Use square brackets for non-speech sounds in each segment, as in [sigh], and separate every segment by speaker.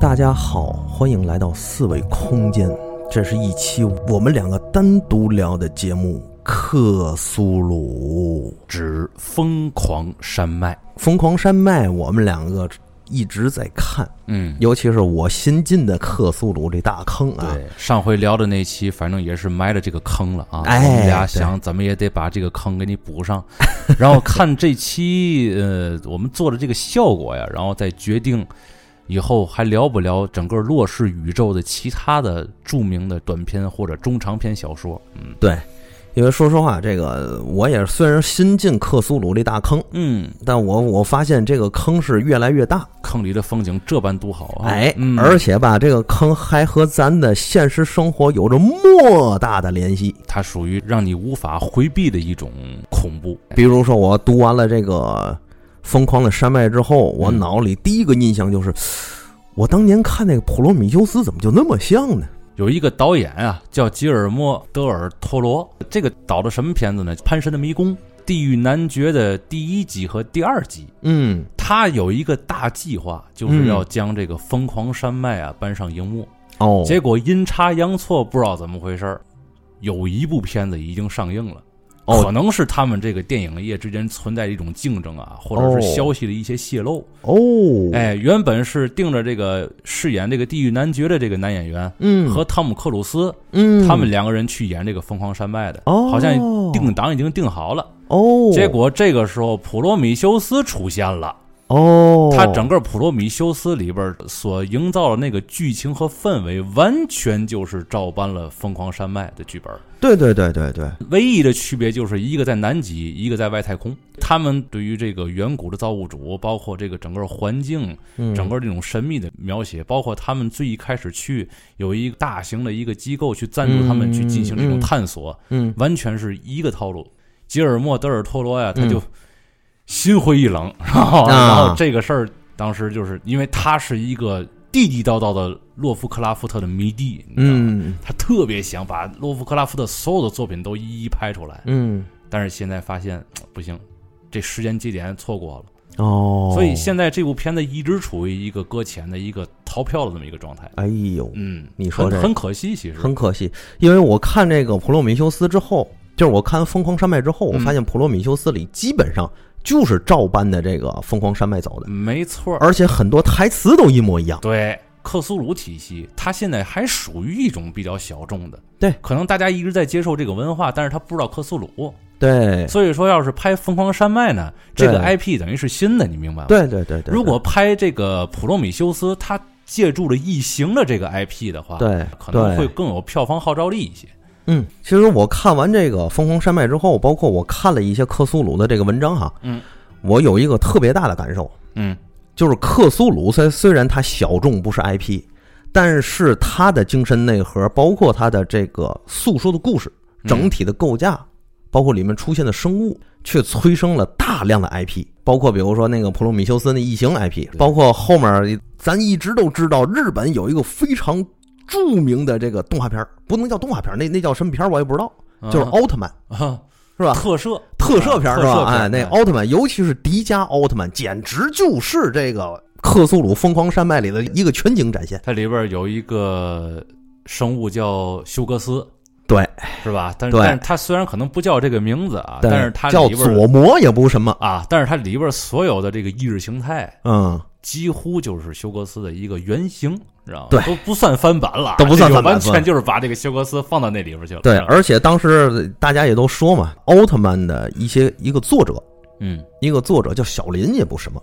Speaker 1: 大家好，欢迎来到四维空间，这是一期我们两个单独聊的节目《克苏鲁
Speaker 2: 指疯狂山脉。
Speaker 1: 疯狂山脉》，我们两个一直在看，
Speaker 2: 嗯，
Speaker 1: 尤其是我新进的克苏鲁这大坑啊，
Speaker 2: 对，上回聊的那期，反正也是埋了这个坑了啊。
Speaker 1: 哎
Speaker 2: 我们俩
Speaker 1: 对
Speaker 2: 想怎么也得把这个坑给你补上， [laughs] 然后看这期呃我们做的这个效果呀，然后再决定以后还聊不聊整个洛氏宇宙的其他的著名的短篇或者中长篇小说。嗯
Speaker 1: 因为说实话，这个我也虽然新进克苏鲁这大坑，
Speaker 2: 嗯，
Speaker 1: 但我我发现这个坑是越来越大，
Speaker 2: 坑里的风景这般独好啊。
Speaker 1: 哎，
Speaker 2: 嗯、
Speaker 1: 而且吧，这个坑还和咱的现实生活有着莫大的联系。
Speaker 2: 它属于让你无法回避的一种恐怖。
Speaker 1: 比如说，我读完了这个《疯狂的山脉》之后，我
Speaker 2: 嗯
Speaker 1: 脑里第一个印象就是，我当年看那个《普罗米修斯》怎么就那么像呢？
Speaker 2: 有一个导演啊，叫吉尔莫·德尔托罗，这个导的什么片子呢？《潘神的迷宫》《地狱男爵》的第一集和第二集。
Speaker 1: 嗯，
Speaker 2: 他有一个大计划，就是要将这个疯狂山脉啊搬上荧幕。
Speaker 1: 哦，
Speaker 2: 结果阴差阳错，不知道怎么回事儿，有一部片子已经上映了。
Speaker 1: 哦
Speaker 2: 可能是他们这个电影业之间存在一种竞争啊，或者
Speaker 1: 哦
Speaker 2: 是消息的一些泄露。
Speaker 1: 哦，
Speaker 2: 哎，原本是定着这个饰演这个地狱男爵的这个男演员
Speaker 1: 嗯，
Speaker 2: 和汤姆克鲁斯，
Speaker 1: 嗯，
Speaker 2: 他们两个人去演这个《疯狂山脉》的，
Speaker 1: 哦
Speaker 2: 好像定档已经定好了。
Speaker 1: 哦，
Speaker 2: 结果这个时候，普罗米修斯出现了。
Speaker 1: 哦，
Speaker 2: 他整个《普罗米修斯》里边所营造的那个剧情和氛围，完全就是照搬了《疯狂山脉》的剧本。
Speaker 1: 对对对对对，
Speaker 2: 唯一的区别就是一个在南极，一个在外太空。他们对于这个远古的造物主，包括这个整个环境，
Speaker 1: 嗯
Speaker 2: 整个这种神秘的描写，包括他们最一开始去有一个大型的一个机构去赞助他们去进行这种探索，
Speaker 1: 嗯
Speaker 2: 完全是一个套路。吉尔莫·德尔托罗呀，他就心灰意冷， [laughs] 然后、
Speaker 1: 嗯啊
Speaker 2: 然后这个事儿当时就是因为他是一个地地道道的洛夫克拉夫特的迷弟，你知道吗，
Speaker 1: 嗯
Speaker 2: 他特别想把洛夫克拉夫特所有的作品都一一拍出来，
Speaker 1: 嗯，
Speaker 2: 但是现在发现嘖不行，这时间节点错过了。
Speaker 1: 哦，
Speaker 2: 所以现在这部片子一直处于一个搁浅的一个逃票的这么一个状态。
Speaker 1: 哎呦，
Speaker 2: 嗯，
Speaker 1: 你说
Speaker 2: 很
Speaker 1: 这
Speaker 2: 很可惜，其实
Speaker 1: 很可惜，因为我看这个《普罗米修斯》之后，就是我看《疯狂山脉》之后，我发现《普罗米修斯》里基本上就是照搬的这个《疯狂山脉》走的，
Speaker 2: 没错儿。
Speaker 1: 而且很多台词都一模一样。
Speaker 2: 对，克苏鲁体系，它现在还属于一种比较小众的。
Speaker 1: 对
Speaker 2: 可能大家一直在接受这个文化，但是他不知道克苏鲁。
Speaker 1: 对，
Speaker 2: 所以说，要是拍《疯狂山脉》呢，这个
Speaker 1: 对
Speaker 2: IP 等于是新的，你明白吗？
Speaker 1: 对对对对，
Speaker 2: 如果拍这个《普罗米修斯》，他借助了异形的这个 IP 的话，
Speaker 1: 对
Speaker 2: 可能会
Speaker 1: 对，
Speaker 2: 更有票房号召力一些。
Speaker 1: 嗯，其实我看完这个《疯狂山脉》之后，包括我看了一些克苏鲁的这个文章哈，
Speaker 2: 嗯，
Speaker 1: 我有一个特别大的感受，
Speaker 2: 嗯，
Speaker 1: 就是克苏鲁虽虽然它小众不是 IP，但是它的精神内核，包括它的这个诉说的故事，整体的构架，包括里面出现的生物，却催生了大量的 IP，包括比如说那个普罗米修斯那异形 IP，包括后面咱一直都知道日本有一个非常著名的这个动画片儿，不能叫动画片儿，那那叫什么片儿我也不知道，就是奥特曼
Speaker 2: 嗯啊，
Speaker 1: 是吧？
Speaker 2: 特摄
Speaker 1: 特摄片儿
Speaker 2: 特
Speaker 1: 是
Speaker 2: 摄
Speaker 1: 吧？
Speaker 2: 片儿
Speaker 1: 哎，那
Speaker 2: 对
Speaker 1: 奥特曼，尤其是迪迦奥特曼，简直就是这个克苏鲁疯狂山脉里的一个全景展现。
Speaker 2: [laughs] 它里边有一个生物叫休格斯，
Speaker 1: 对，
Speaker 2: 是吧？但
Speaker 1: 对
Speaker 2: 但是它虽然可能不叫这个名字啊，但是它
Speaker 1: 叫
Speaker 2: 里边
Speaker 1: 左魔也不是什么，
Speaker 2: 啊，但是它里边所有的这个意识形态，
Speaker 1: 嗯，
Speaker 2: 几乎就是休格斯的一个原型，知道吗？
Speaker 1: 对
Speaker 2: 都不算翻版了，
Speaker 1: 都不算翻版
Speaker 2: 这就完全就是把这个休格斯放到那里边去了。
Speaker 1: 对。
Speaker 2: 是吧
Speaker 1: 而且当时大家也都说嘛，奥特曼的一些一个作者，
Speaker 2: 嗯，
Speaker 1: 一个作者叫小林也不是什么，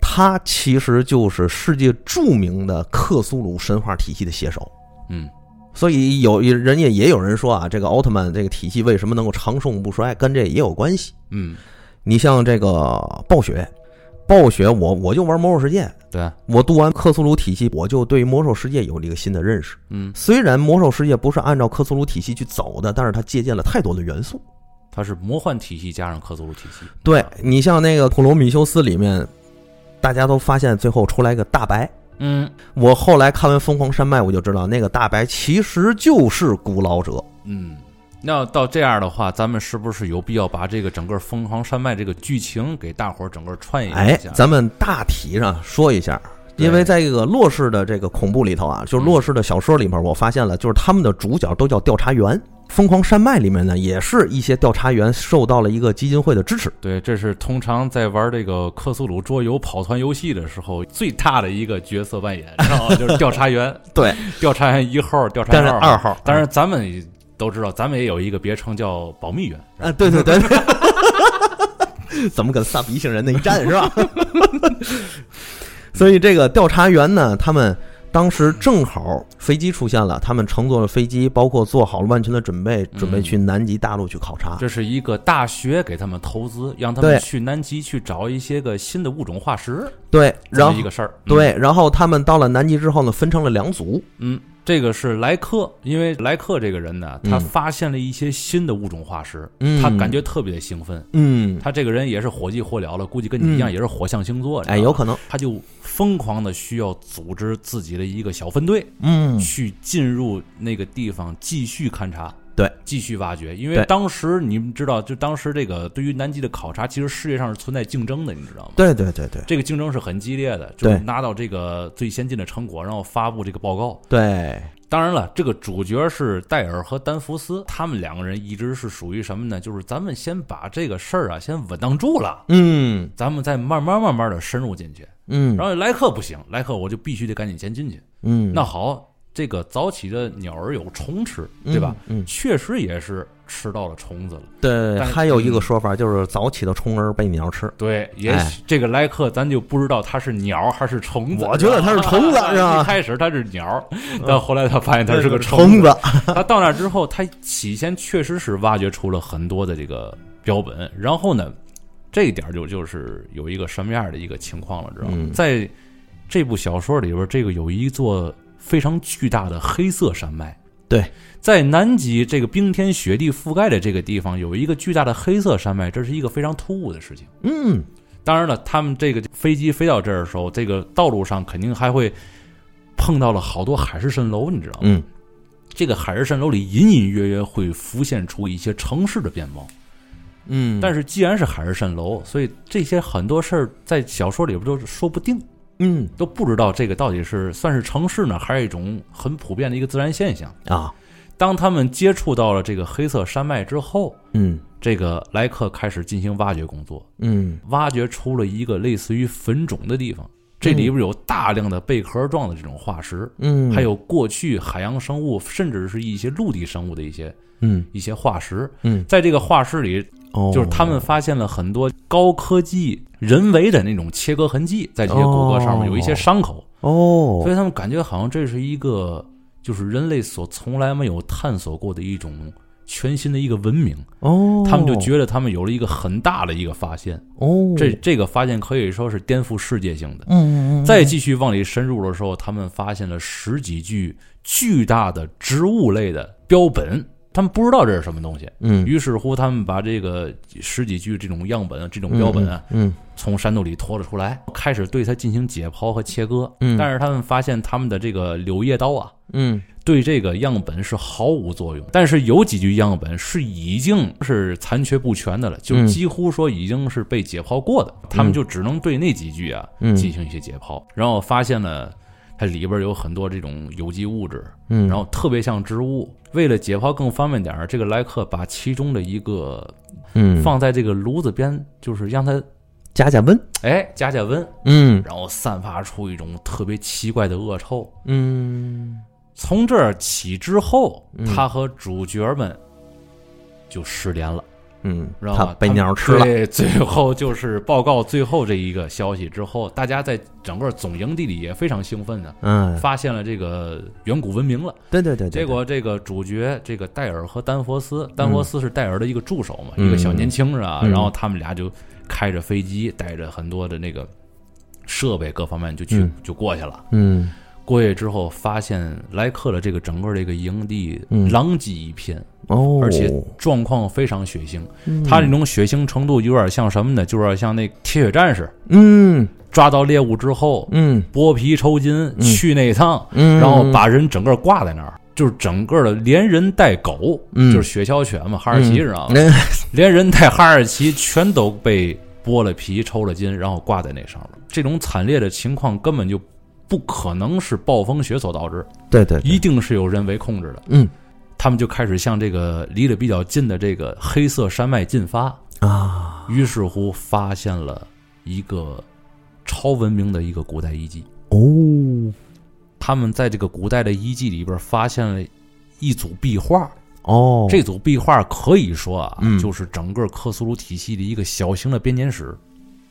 Speaker 1: 他其实就是世界著名的克苏鲁神话体系的写手。
Speaker 2: 嗯，
Speaker 1: 所以有人家也有人说啊，这个奥特曼这个体系为什么能够长盛不衰，跟这也有关系。
Speaker 2: 嗯，
Speaker 1: 你像这个暴雪，暴雪我我就玩魔兽世界，
Speaker 2: 对啊，
Speaker 1: 我读完克苏鲁体系，我就对魔兽世界有了一个新的认识。
Speaker 2: 嗯，
Speaker 1: 虽然魔兽世界不是按照克苏鲁体系去走的，但是它借鉴了太多的元素。
Speaker 2: 它是魔幻体系加上克苏鲁体系。
Speaker 1: 对你像那个《普罗米修斯》里面，大家都发现最后出来一个大白。
Speaker 2: 嗯
Speaker 1: 我后来看完《疯狂山脉》，我就知道那个大白其实就是古老者。
Speaker 2: 嗯，那到这样的话，咱们是不是有必要把这个整个《疯狂山脉》这个剧情给大伙儿整个串演一
Speaker 1: 哎
Speaker 2: 下？，
Speaker 1: 咱们大体上说一下，
Speaker 2: 对嗯
Speaker 1: 因为在这个洛氏的这个恐怖里头啊，就是洛氏的小说里面，我发现了，就是他们的主角都叫调查员。《疯狂山脉》里面呢，也是一些调查员受到了一个基金会的支持。
Speaker 2: 对，这是通常在玩这个克苏鲁桌游跑团游戏的时候最大的一个角色扮演，知道吗？就是调查员，
Speaker 1: 对，
Speaker 2: 调查员一号，调查
Speaker 1: 但
Speaker 2: 员
Speaker 1: 是
Speaker 2: 号。
Speaker 1: 二号，
Speaker 2: 当然，咱们都知道，咱们也有一个别称叫保密员。
Speaker 1: 啊，对对对， [laughs] 怎么跟萨比星人那一战是吧？ [laughs] 所以这个调查员呢，他们当时正好飞机出现了，他们乘坐了飞机，包括做好了万全的准备，准
Speaker 2: 嗯
Speaker 1: 备去南极大陆去考察。
Speaker 2: 这是一个大学给他们投资，让他们
Speaker 1: 啊对
Speaker 2: 去南极去找一些个新的物种化石，
Speaker 1: 对，
Speaker 2: 这
Speaker 1: 然
Speaker 2: 么
Speaker 1: 后
Speaker 2: 一个事儿。嗯，
Speaker 1: 对，然后他们到了南极之后呢，分成了两组。
Speaker 2: 嗯，这个是莱克，因为莱克这个人呢，他
Speaker 1: 嗯
Speaker 2: 发现了一些新的物种化石，
Speaker 1: 嗯
Speaker 2: 他感觉特别的兴奋。
Speaker 1: 嗯，
Speaker 2: 他这个人也是火急火燎了，估计跟你一样也是火象星座。
Speaker 1: 哎，
Speaker 2: 你知道
Speaker 1: 有
Speaker 2: 吗
Speaker 1: 可能，
Speaker 2: 他就疯狂的需要组织自己的一个小分队，
Speaker 1: 嗯
Speaker 2: 去进入那个地方继续勘察，
Speaker 1: 对，
Speaker 2: 继续挖掘。因为
Speaker 1: 对
Speaker 2: 当时你们知道，就当时这个对于南极的考察，其实世界上是存在竞争的，你知道吗？
Speaker 1: 对对对对
Speaker 2: 这个竞争是很激烈的，就是
Speaker 1: 对
Speaker 2: 拿到这个最先进的成果，然后发布这个报告。
Speaker 1: 对，
Speaker 2: 当然了，这个主角是戴尔和丹福斯，他们两个人一直是属于什么呢？就是咱们先把这个事儿啊先稳当住了，
Speaker 1: 嗯
Speaker 2: 咱们再慢慢慢慢的深入进去。
Speaker 1: 嗯
Speaker 2: 然后莱克不行，莱克我就必须得赶紧先进去。
Speaker 1: 嗯，
Speaker 2: 那好，这个早起的鸟儿有虫吃，对吧？
Speaker 1: 嗯？嗯，
Speaker 2: 确实也是吃到了虫子了。
Speaker 1: 对，
Speaker 2: 但是嗯
Speaker 1: 还有一个说法就是早起的虫儿被鸟吃。
Speaker 2: 对，也
Speaker 1: 哎
Speaker 2: 许这个莱克咱就不知道它是鸟还是虫子。
Speaker 1: 我觉得它是虫子是吧嗯
Speaker 2: [laughs] 一开始它是鸟，但后来他发现它
Speaker 1: 那
Speaker 2: 是个
Speaker 1: 虫
Speaker 2: 子。
Speaker 1: 子， [laughs]
Speaker 2: 他到那之后，他起先确实是挖掘出了很多的这个标本，然后呢，这一点儿就就是有一个什么样的一个情况了，知道吗？
Speaker 1: 嗯
Speaker 2: 在这部小说里边，这个有一座非常巨大的黑色山脉。
Speaker 1: 对，
Speaker 2: 在南极这个冰天雪地覆盖的这个地方，有一个巨大的黑色山脉，这是一个非常突兀的事情。
Speaker 1: 嗯，
Speaker 2: 当然了，他们这个飞机飞到这儿的时候，这个道路上肯定还会碰到了好多海市蜃楼，你知道吗？
Speaker 1: 嗯，
Speaker 2: 这个海市蜃楼里隐隐约约会浮现出一些城市的面貌。
Speaker 1: 嗯，
Speaker 2: 但
Speaker 1: 是
Speaker 2: 是既然是海市蜃楼，所以这些很多事儿在小说里边都说不定，
Speaker 1: 嗯
Speaker 2: 都不知道这个到底是算是城市呢，还是一种很普遍的一个自然现象。
Speaker 1: 啊，
Speaker 2: 当他们接触到了这个黑色山脉之后，
Speaker 1: 嗯
Speaker 2: 这个莱克开始进行挖掘工作，
Speaker 1: 嗯
Speaker 2: 挖掘出了一个类似于坟冢的地方，这里边有大量的贝壳状的这种化石，
Speaker 1: 嗯，
Speaker 2: 还有过去海洋生物，甚至是一些陆地生物的一些
Speaker 1: 嗯
Speaker 2: 一些化石。
Speaker 1: 嗯，
Speaker 2: 在这个化石里，
Speaker 1: 哦，
Speaker 2: 就是他们发现了很多高科技人为的那种切割痕迹，在这些骨骼上面有一些伤口，
Speaker 1: 哦
Speaker 2: 所，以他们感觉好像这是一个就是人类所从来没有探索过的一种全新的一个文明。
Speaker 1: 哦，
Speaker 2: 他们就觉得他们有了一个很大的一个发现，
Speaker 1: 哦，
Speaker 2: 这这个发现可以说是颠覆世界性的。
Speaker 1: 嗯嗯嗯，
Speaker 2: 再继续往里深入的时候，他们发现了十几具巨大的植物类的标本，他们不知道这是什么东西。
Speaker 1: 嗯
Speaker 2: 于是乎，他们把这个十几具这种样本、这种标本啊，
Speaker 1: 嗯
Speaker 2: 从山洞里拖了出来，开始对它进行解剖和切割。
Speaker 1: 嗯
Speaker 2: 但是他们发现他们的这个柳叶刀啊，
Speaker 1: 嗯
Speaker 2: 对这个样本是毫无作用。但是有几具样本是已经是残缺不全的了，就
Speaker 1: 嗯
Speaker 2: 几乎说已经是被解剖过的，他们就只能对那几具啊
Speaker 1: 嗯
Speaker 2: 进行一些解剖，然后发现了。它里边有很多这种有机物质，
Speaker 1: 嗯，
Speaker 2: 然后特别像植物。为了解剖更方便点儿，这个莱克把其中的一个
Speaker 1: 嗯
Speaker 2: 放在这个炉子边，就是让它
Speaker 1: 加加温，
Speaker 2: 哎加加温，
Speaker 1: 嗯
Speaker 2: 然后散发出一种特别奇怪的恶臭。
Speaker 1: 嗯
Speaker 2: 从这儿起之后
Speaker 1: 嗯，
Speaker 2: 他和主角们就失联了，
Speaker 1: 嗯，
Speaker 2: 知道
Speaker 1: 它
Speaker 2: 吗？
Speaker 1: 被鸟吃了，
Speaker 2: 对，最后就是报告最后这一个消息之后，大家在整个总营地里也非常兴奋的。
Speaker 1: 嗯，
Speaker 2: 发现了这个远古文明了，
Speaker 1: 对对对，
Speaker 2: 结果这个主角这个戴尔和丹佛斯，丹佛斯是戴尔的一个助手嘛，
Speaker 1: 嗯
Speaker 2: 一个小年轻是吧？
Speaker 1: 嗯
Speaker 2: 然后他们俩就开着飞机，带着很多的那个设备各方面就去
Speaker 1: 嗯
Speaker 2: 就过去了。
Speaker 1: 嗯
Speaker 2: 过去之后，发现莱克的这个整个这个营地
Speaker 1: 嗯
Speaker 2: 狼藉一片，
Speaker 1: 哦，嗯
Speaker 2: 而且状况非常血腥。他那种血腥程度有点像什么呢？就有点像那铁血战士
Speaker 1: 嗯
Speaker 2: 抓到猎物之后
Speaker 1: 嗯
Speaker 2: 剥皮抽筋去内脏，
Speaker 1: 嗯，
Speaker 2: 然后
Speaker 1: [laughs]
Speaker 2: 把人整个挂在那儿，就是整个的连人带狗，
Speaker 1: 嗯
Speaker 2: 就是雪橇犬嘛，哈士奇知道吗？
Speaker 1: 那
Speaker 2: 连人带哈士奇全都被剥了皮抽了筋，然后挂在那上面。这种惨烈的情况根本就不可能是暴风雪所导致，
Speaker 1: 对对，对
Speaker 2: 一定是有人为控制的。
Speaker 1: 嗯
Speaker 2: 他们就开始向这个离得比较近的这个黑色山脉进发，
Speaker 1: 啊，
Speaker 2: 于是乎发现了一个超文明的一个古代遗迹。
Speaker 1: 哦
Speaker 2: 他们在这个古代的遗迹里边发现了一组壁画，
Speaker 1: 哦，
Speaker 2: 这组壁画可以说啊，
Speaker 1: 嗯
Speaker 2: 就是整个克苏鲁体系的一个小型的编年史。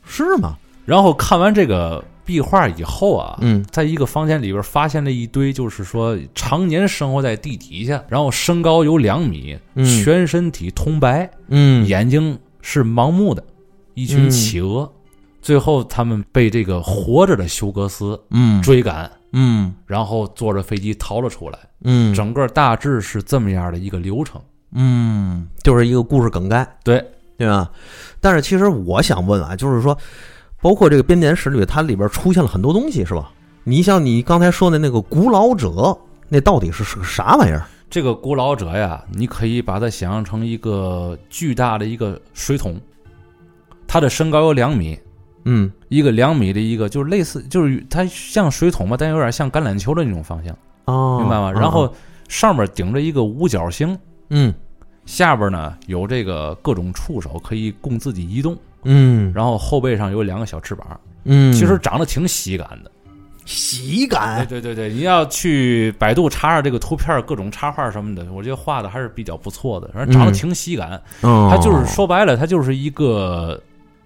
Speaker 1: 是吗？
Speaker 2: 然后看完这个壁画以后啊，
Speaker 1: 嗯
Speaker 2: 在一个房间里边发现了一堆，就是说常年生活在地底下，然后身高有两米，
Speaker 1: 嗯
Speaker 2: 全身体通白，
Speaker 1: 嗯，
Speaker 2: 眼睛是盲目的，一群
Speaker 1: 嗯
Speaker 2: 企鹅。最后他们被这个活着的休格斯
Speaker 1: 嗯
Speaker 2: 追赶，
Speaker 1: 嗯
Speaker 2: 然后坐着飞机逃了出来。
Speaker 1: 嗯
Speaker 2: 整个大致是这么样的一个流程。
Speaker 1: 嗯，就是一个故事梗概。
Speaker 2: 对，
Speaker 1: 对吧？但是其实我想问啊，就是说，包括这个编年史里，它里边出现了很多东西，是吧？你像你刚才说的那个古老者，那到底是是个啥玩意儿？
Speaker 2: 这个古老者呀，你可以把它想象成一个巨大的一个水桶，它的身高有两米，
Speaker 1: 嗯，
Speaker 2: 一个两米的一个，就是类似，就是它像水桶嘛，但有点像橄榄球的那种方向，
Speaker 1: 哦，
Speaker 2: 明白吗？
Speaker 1: 嗯
Speaker 2: 然后，上面顶着一个五角星，
Speaker 1: 嗯
Speaker 2: 下边呢有这个各种触手可以供自己移动，
Speaker 1: 嗯
Speaker 2: 然后后背上有两个小翅膀，
Speaker 1: 嗯，
Speaker 2: 其实长得挺喜感的。
Speaker 1: 喜感，
Speaker 2: 对对对对，你要去百度查查这个图片儿，各种插画什么的，我觉得画的还是比较不错的，然后长得
Speaker 1: 嗯
Speaker 2: 挺喜感。
Speaker 1: 它
Speaker 2: 它就是，说白了，它就是一个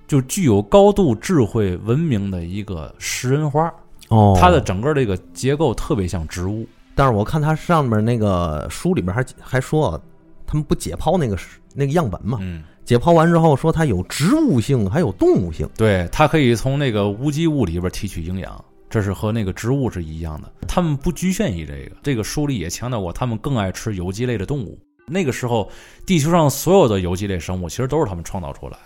Speaker 2: 就具有高度智慧文明的一个食人花，
Speaker 1: 哦，
Speaker 2: 它的，整个这个结构特别像植物。
Speaker 1: 但是我看它上面那个书里面还还说，啊他们不解剖那个那个样本嘛？
Speaker 2: 嗯，
Speaker 1: 解剖完之后说它有植物性，还有动物性。
Speaker 2: 对，它可以从那个无机物里边提取营养。这是和那个植物是一样的，它们不局限于这个。这个书里也强调过，它们更爱吃有机类的动物。那个时候，地球上所有的有机类生物其实都是它们创造出来的。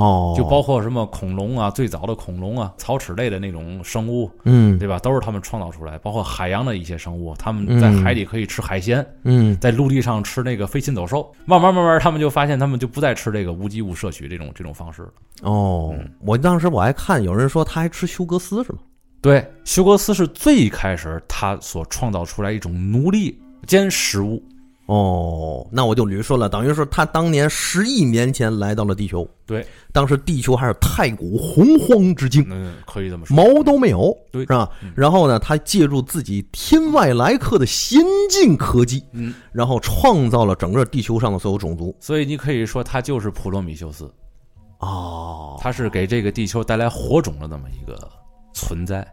Speaker 1: 哦，
Speaker 2: 就包括什么恐龙啊，最早的恐龙啊，草齿类的那种生物，
Speaker 1: 嗯
Speaker 2: 对吧？都是他们创造出来，包括海洋的一些生物，他们在海里可以吃海鲜，
Speaker 1: 嗯
Speaker 2: 在陆地上吃那个飞禽走兽。慢慢慢慢，他们就发现他们就不再吃这个无机物摄取这种这种方式了。
Speaker 1: 哦，
Speaker 2: 嗯
Speaker 1: 我当时我还看有人说他还吃休格斯是吗？
Speaker 2: 对，休格斯是最开始他所创造出来一种奴隶兼食物，
Speaker 1: 哦，那我就捋顺了，等于是他当年十亿年前来到了地球，
Speaker 2: 对，
Speaker 1: 当时地球还是太古洪荒之境，
Speaker 2: 嗯，可以这么说。
Speaker 1: 毛都没有，
Speaker 2: 对
Speaker 1: 是吧
Speaker 2: 嗯？
Speaker 1: 然后呢，他借助自己天外来客的先进科技，
Speaker 2: 嗯，
Speaker 1: 然后创造了整个地球上的所有种族。
Speaker 2: 所以你可以说他就是普罗米修斯，
Speaker 1: 哦，
Speaker 2: 他是给这个地球带来火种的这么一个存在。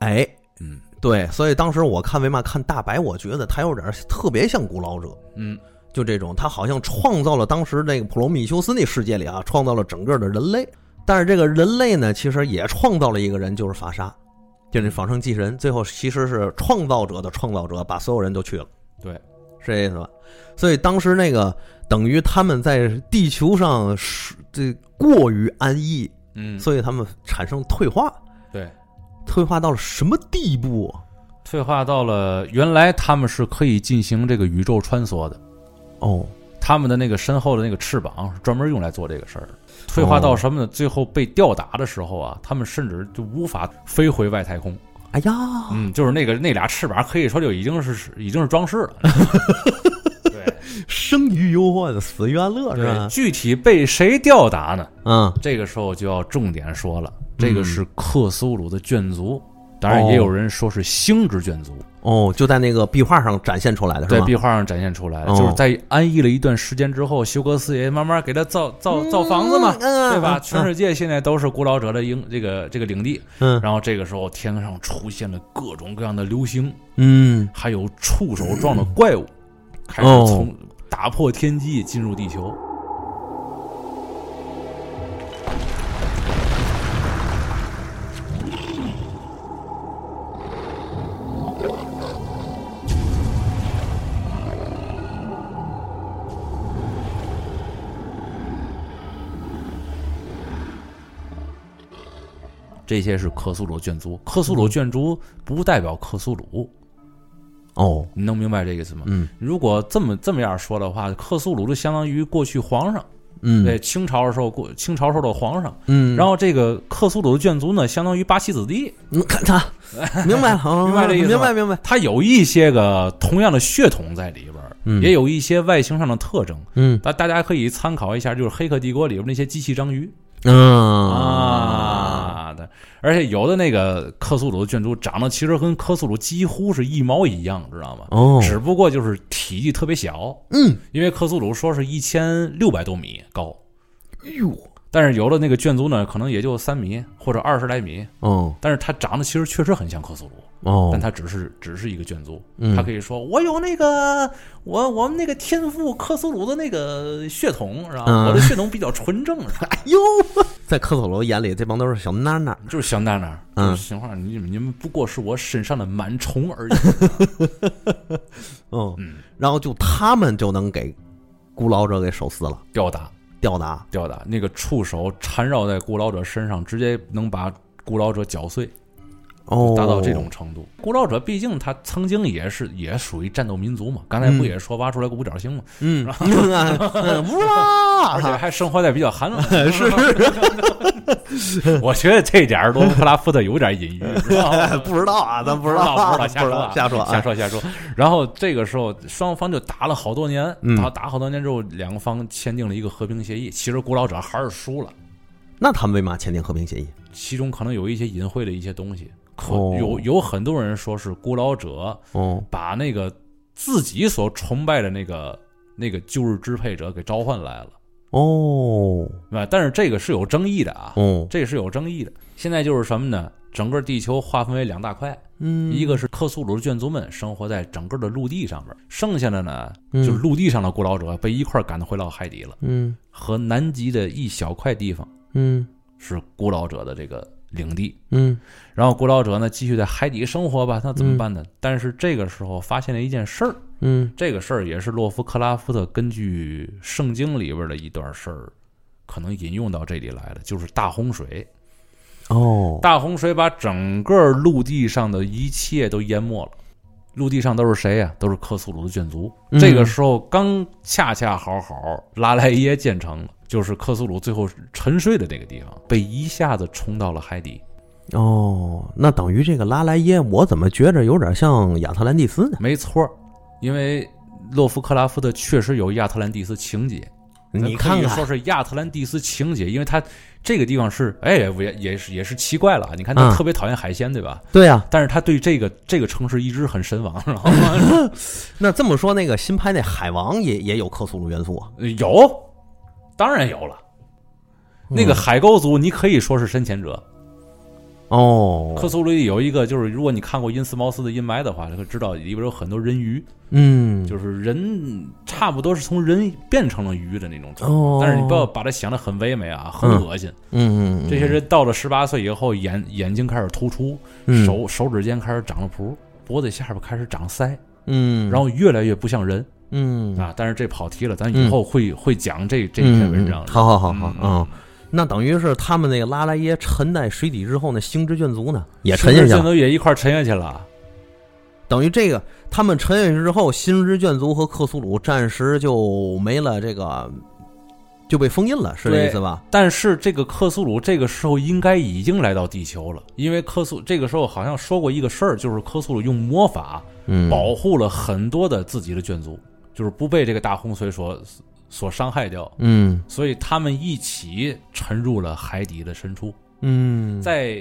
Speaker 1: 哎，
Speaker 2: 嗯
Speaker 1: 对，所以当时我看为嘛看大白，我觉得他有点特别像古老者，
Speaker 2: 嗯。
Speaker 1: 就这种，他好像创造了当时那个普罗米修斯那世界里啊，创造了整个的人类。但是这个人类呢，其实也创造了一个人，就是法沙，就是仿生机器人。最后其实是创造者的创造者，把所有人都去了，
Speaker 2: 对，
Speaker 1: 是这意思吧？所以当时那个等于他们在地球上是这过于安逸，
Speaker 2: 嗯，
Speaker 1: 所以他们产生退化，
Speaker 2: 对，
Speaker 1: 退化到了什么地步啊？
Speaker 2: 退化到了原来他们是可以进行这个宇宙穿梭的，
Speaker 1: 哦，
Speaker 2: 他们的那个身后的那个翅膀是专门用来做这个事儿的。退化到什么呢？最后被吊打的时候啊，他们甚至就无法飞回外太空。
Speaker 1: 哎呀，
Speaker 2: 嗯，就是那个那俩翅膀，可以说就已经是已经是装饰
Speaker 1: [laughs]
Speaker 2: 了。对
Speaker 1: 生于忧患，死于安乐，是
Speaker 2: 对，
Speaker 1: 吧？
Speaker 2: 具体被谁吊打呢？
Speaker 1: 嗯，
Speaker 2: 这个时候就要重点说了，这个是克苏鲁的眷族，当然也有人说是星之眷族。
Speaker 1: 哦，就在那个壁画上展现出来的是
Speaker 2: 在
Speaker 1: 吧？
Speaker 2: 壁画上展现出来的，
Speaker 1: 哦
Speaker 2: 就是在安逸了一段时间之后，休格斯也慢慢给他造造造房子嘛，
Speaker 1: 嗯
Speaker 2: 对吧？
Speaker 1: 嗯
Speaker 2: 全世界现在都是古老者的营这个这个领地。
Speaker 1: 嗯
Speaker 2: 然后这个时候，天上出现了各种各样的流星，
Speaker 1: 嗯，
Speaker 2: 还有触手状的怪物，开始从打破天际进入地球。这些是克苏鲁卷族，克苏鲁卷族不代表克苏鲁，
Speaker 1: 哦，
Speaker 2: 你能明白这个意思吗？
Speaker 1: 嗯，
Speaker 2: 如果这么这么样说的话，克苏鲁就相当于过去皇上，
Speaker 1: 嗯
Speaker 2: 对，清朝的时候过清朝时候的皇上。
Speaker 1: 嗯，
Speaker 2: 然
Speaker 1: 后
Speaker 2: 后这个克苏鲁的眷族呢，相当于八旗子弟，
Speaker 1: 你嗯看他，
Speaker 2: [laughs]
Speaker 1: 明白了，啊
Speaker 2: 明白这意思吧
Speaker 1: 明白明白，
Speaker 2: 它有一些个同样的血统在里边儿，
Speaker 1: 嗯
Speaker 2: 也有一些外形上的特征。
Speaker 1: 嗯
Speaker 2: 大大家可以参考一下，就是《黑客帝国》里边那些机器章鱼
Speaker 1: 啊，
Speaker 2: 啊的，而且有的那个克苏鲁的眷族长得其实跟克苏鲁几乎是一毛一样，知道吗？
Speaker 1: 哦，
Speaker 2: 只不过就是体积特别小，
Speaker 1: 嗯，
Speaker 2: 因为克苏鲁说是一千六百多米高，哎但是有的那个眷族呢，可能也就三米或者二十来米，
Speaker 1: 哦
Speaker 2: 但是它长得其实确实很像克苏鲁，
Speaker 1: 哦
Speaker 2: 但，它只是只是一个眷族，
Speaker 1: 嗯
Speaker 2: 它可以说我有那个我我们那个天赋克苏鲁的那个血统，是吧？
Speaker 1: 嗯
Speaker 2: 我的血统比较
Speaker 1: [laughs]
Speaker 2: 纯正，是吧？
Speaker 1: 哟， [laughs] 在克索罗眼里，这帮都是小囡囡。
Speaker 2: 就是想在那儿，
Speaker 1: 嗯
Speaker 2: 就是行话，你们你们不过是我身上的螨虫而已。
Speaker 1: 嗯，然后就他们就能给孤老者给手撕了，
Speaker 2: 吊打
Speaker 1: 吊打。
Speaker 2: 吊打，那个触手缠绕在古老者身上，直接能把古老者绞碎，
Speaker 1: 哦，
Speaker 2: 达到这种程度。古老者毕竟他曾经也是也属于战斗民族嘛，刚才不也说挖出来个五角星嘛，
Speaker 1: [laughs] 嗯，嗯，哇
Speaker 2: 而 [laughs] 且还生活在比较寒冷的
Speaker 1: 是，
Speaker 2: 我觉得这点儿罗伯克拉夫特有点隐喻，知道
Speaker 1: [laughs]
Speaker 2: 吗
Speaker 1: 不知道啊，咱不
Speaker 2: 不知
Speaker 1: 知
Speaker 2: 道，
Speaker 1: 啊不
Speaker 2: 不知道，
Speaker 1: 知
Speaker 2: 瞎说啊，
Speaker 1: 道，瞎说啊，
Speaker 2: [laughs] 瞎说，瞎说。然后这个时候，双方就打了好多年，
Speaker 1: 嗯
Speaker 2: 打打好多年之后，两个方签订了一个和平协议。其实古老者还是输了，
Speaker 1: 那他们为嘛签订和平协议？
Speaker 2: 其中可能有一些隐晦的一些东西。可
Speaker 1: 哦
Speaker 2: 有有很多人说是古老者
Speaker 1: 哦，
Speaker 2: 把那个自己所崇拜的那个那个旧日支配者给召唤来了，
Speaker 1: 哦，
Speaker 2: 对吧？但是这个是有争议的啊，
Speaker 1: 哦，
Speaker 2: 这是有争议的。现在就是什么呢？整个地球划分为两大块，
Speaker 1: 嗯，
Speaker 2: 一个是克苏鲁的眷族们生活在整个的陆地上面，剩下的呢，
Speaker 1: 嗯
Speaker 2: 就是陆地上的古老者被一块儿赶回到海底了，
Speaker 1: 嗯
Speaker 2: 和南极的一小块地方
Speaker 1: 嗯
Speaker 2: 是古老者的这个领地。
Speaker 1: 嗯
Speaker 2: 然后古老者呢，继续在海底生活吧，那怎么办呢？但是这个时候发现了一件事儿，
Speaker 1: 嗯
Speaker 2: 这个事儿也是洛夫克拉夫特根据圣经里边的一段事儿，可能引用到这里来了，就是大洪水。
Speaker 1: 哦，
Speaker 2: 大洪水把整个陆地上的一切都淹没了。陆地上都是谁呀、都是克苏鲁的眷族。
Speaker 1: 嗯
Speaker 2: 这个时候刚恰恰好好，拉莱耶建成了，就是克苏鲁最后沉睡的那个地方，被一下子冲到了海底。
Speaker 1: 哦，那等于这个拉莱耶，我怎么觉着有点像亚特兰蒂斯呢？
Speaker 2: 没错儿，因为洛夫克拉夫特确实有亚特兰蒂斯情节。
Speaker 1: 你看
Speaker 2: 可以
Speaker 1: 看
Speaker 2: 说，是亚特兰蒂斯情节，因为它这个地方是，哎，我也也是也是奇怪了啊。你看他
Speaker 1: 嗯
Speaker 2: 特别讨厌海鲜，对吧？
Speaker 1: 对呀，
Speaker 2: 但是他对这个这个城市一直很神往， [laughs]
Speaker 1: [laughs]
Speaker 2: 然后呢
Speaker 1: 那这么说，那个新拍那海王也也有克苏鲁元素啊？
Speaker 2: 呃有，当然有了。
Speaker 1: 嗯
Speaker 2: 那个海沟族，你可以说是深潜者。
Speaker 1: 哦，
Speaker 2: 克苏鲁里有一个，就是如果你看过《因斯茅斯的阴霾》的话，就会知道里边有很多人鱼，
Speaker 1: 嗯，
Speaker 2: 就是人差不多是从人变成了鱼的那种程度。
Speaker 1: 哦，
Speaker 2: 但是你不要把它想的很唯美啊，很
Speaker 1: 嗯
Speaker 2: 恶心。
Speaker 1: 嗯，嗯嗯，
Speaker 2: 这些人到了十八岁以后，眼眼睛开始突出，
Speaker 1: 嗯
Speaker 2: 手手指尖开始长了蹼，脖子下边开始长腮，
Speaker 1: 嗯，
Speaker 2: 然后越来越不像人
Speaker 1: 嗯
Speaker 2: 啊。但是这跑题了，咱以后会会讲这这篇文章
Speaker 1: 嗯嗯。好好好好
Speaker 2: 嗯，
Speaker 1: 嗯，那等于是他们那个拉莱耶沉在水底之后，那星之眷族呢也沉下去
Speaker 2: 现
Speaker 1: 了。
Speaker 2: 都也一块儿沉下去了。
Speaker 1: 等于这个他们沉下去之后，星之眷族和克苏鲁暂时就没了，这个就被封印了，是这
Speaker 2: 对
Speaker 1: 意思吧？
Speaker 2: 但是这个克苏鲁这个时候应该已经来到地球了，因为克苏这个时候好像说过一个事儿，就是克苏鲁用魔法
Speaker 1: 嗯，
Speaker 2: 保护了很多的自己的眷族，就是不被这个大洪水所所伤害掉，
Speaker 1: 嗯
Speaker 2: 所以他们一起沉入了海底的深处。
Speaker 1: 嗯，
Speaker 2: 在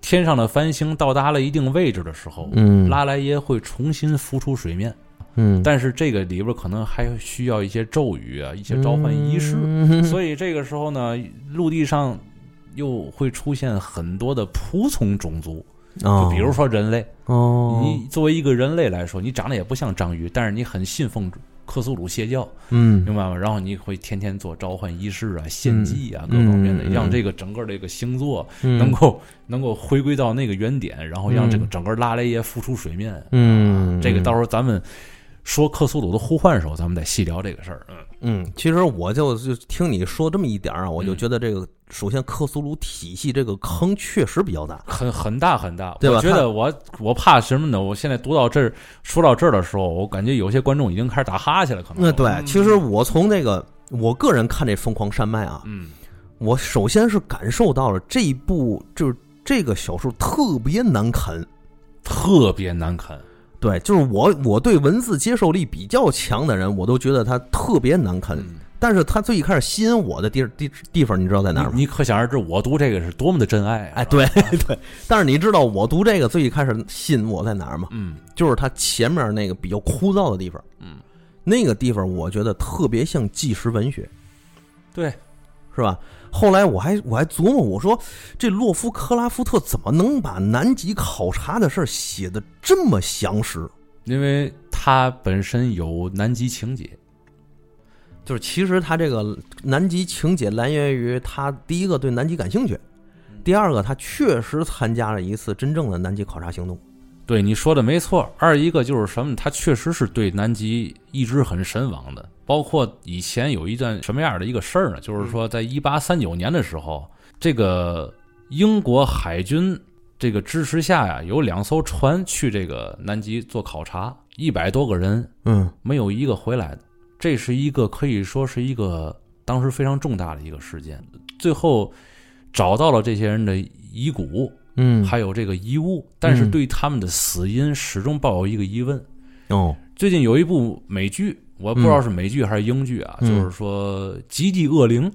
Speaker 2: 天上的繁星到达了一定位置的时候，
Speaker 1: 嗯
Speaker 2: 拉莱耶会重新浮出水面，
Speaker 1: 嗯，
Speaker 2: 但是这个里边可能还需要一些咒语啊，一些召唤仪式，
Speaker 1: 嗯
Speaker 2: 所以这个时候呢，陆地上又会出现很多的仆从种族，就
Speaker 1: 哦
Speaker 2: 比如说人类，
Speaker 1: 哦，
Speaker 2: 你作为一个人类来说，你长得也不像章鱼，但是你很信奉。克苏鲁邪教，
Speaker 1: 嗯
Speaker 2: 明白吗？然后你会天天做召唤仪式啊、献祭啊，各
Speaker 1: 嗯
Speaker 2: 方面的，
Speaker 1: 嗯嗯
Speaker 2: 让这个整个这个星座啊
Speaker 1: 嗯
Speaker 2: 能够能够回归到那个原点，然后让这个整个拉雷耶浮出水面。
Speaker 1: 嗯
Speaker 2: 这个到时候咱们说克苏鲁的呼唤的时候，咱们再细聊这个事儿。嗯，
Speaker 1: 嗯，其实我就就听你说这么一点儿啊，我
Speaker 2: 嗯
Speaker 1: 就觉得这个首先克苏鲁体系这个坑确实比较大。
Speaker 2: 很很大很大，
Speaker 1: 对吧
Speaker 2: 我觉得我我怕什么呢？我现在读到这
Speaker 1: 嗯
Speaker 2: 儿说到这儿的时候，我感觉有些观众已经开始打哈欠了，可能。
Speaker 1: 那对，其实我从这个我个人看这《疯狂山脉》啊，
Speaker 2: 嗯
Speaker 1: 我首先是感受到了这一部就是这个小说特别难啃。
Speaker 2: 特别难啃，
Speaker 1: 对，就是我，我对文字接受力比较强的人，我都觉得它特别难啃。
Speaker 2: 嗯
Speaker 1: 但是它最一开始吸引我的地地地方，你知道在哪儿吗？
Speaker 2: 你你可想而知，我读这个是多么的真爱啊！
Speaker 1: 哎，对 [laughs] 对。但是你知道我读这个最一开始吸引我在哪儿吗？
Speaker 2: 嗯
Speaker 1: 就是它前面那个比较枯燥的地方。
Speaker 2: 嗯，
Speaker 1: 那个地方我觉得特别像纪实文学，
Speaker 2: 对，
Speaker 1: 是吧？后来我还我还琢磨，我说这洛夫克拉夫特怎么能把南极考察的事儿写的这么详实？
Speaker 2: 因为它本身有南极情节，
Speaker 1: 就是其实他这个南极情节来源于他第一个对南极感兴趣，
Speaker 2: 嗯
Speaker 1: 第二个他确实参加了一次真正的南极考察行动。
Speaker 2: 对你说的没错。二一个就是什么，他确实是对南极一直很神往的。包括以前有一段什么样的一个事儿呢？就是说，在一八三九年的时候，这个英国海军这个支持下呀，有两艘船去这个南极做考察，一百多个人，
Speaker 1: 嗯
Speaker 2: 没有一个回来的。这是一个可以说是一个当时非常重大的一个事件。最后找到了这些人的遗骨，
Speaker 1: 嗯，
Speaker 2: 还有这个遗物，但是
Speaker 1: 嗯
Speaker 2: 对他们的死因始终抱有一个疑问。
Speaker 1: 哦，
Speaker 2: 最近有一部美剧，我不知道是美剧还是英剧啊，
Speaker 1: 嗯
Speaker 2: 就是说《极地恶灵》，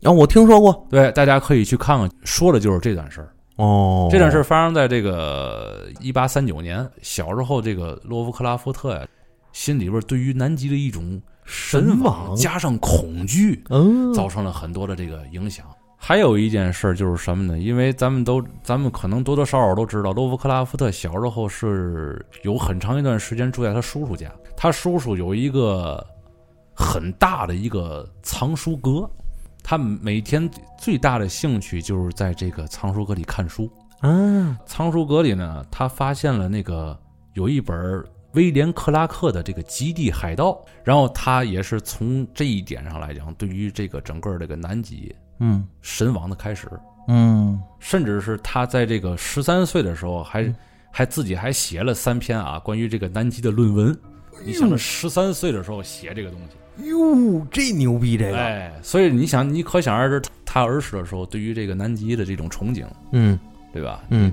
Speaker 1: 然后哦我听说过
Speaker 2: 对，大家可以去看看，说的就是这段事儿。
Speaker 1: 哦，
Speaker 2: 这件事儿发生在这个一八三九年，小时候这个洛夫克拉夫特呀、心里边对于南极的一种神
Speaker 1: 往
Speaker 2: 往加上恐惧，
Speaker 1: 嗯
Speaker 2: 造成了很多的这个影响。还有一件事儿就是什么呢？因为咱们都，咱们可能多多少少都知道，洛夫克拉夫特小时候是有很长一段时间住在他叔叔家，他叔叔有一个很大的一个藏书阁，他每天最大的兴趣就是在这个藏书阁里看书。
Speaker 1: 啊，
Speaker 2: 藏书阁里呢，他发现了那个有一本威廉·克拉克的这个《极地海盗》，然后他也是从这一点上来讲，对于这个整个这个南极
Speaker 1: 嗯
Speaker 2: 神往的开始，
Speaker 1: 嗯，
Speaker 2: 甚至是他在这个十三岁的时候还、还自己还写了三篇啊关于这个南极的论文。你想，他十三岁的时候写这个东西，
Speaker 1: 哟，这牛逼这个，
Speaker 2: 哎，所以你想，你可想而知，他儿时的时候对于这个南极的这种憧憬，
Speaker 1: 嗯
Speaker 2: 对吧？
Speaker 1: 嗯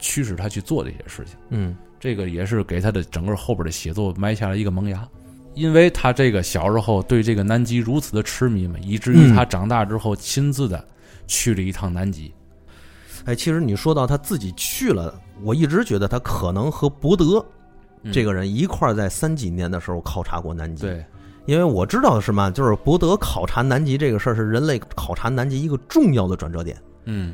Speaker 2: 驱使他去做这些事情。
Speaker 1: 嗯
Speaker 2: 这个也是给他的整个后边的写作埋下了一个萌芽，因为他这个小时候对这个南极如此的痴迷嘛，以至于
Speaker 1: 嗯
Speaker 2: 他长大之后亲自的去了一趟南极。
Speaker 1: 哎，其实你说到他自己去了，我一直觉得他可能和伯德
Speaker 2: 嗯
Speaker 1: 这个人一块儿在三几年的时候考察过南极。，
Speaker 2: 对，
Speaker 1: 因为我知道是嘛，就是伯德考察南极这个事儿是人类考察南极一个重要的转折点。
Speaker 2: 嗯，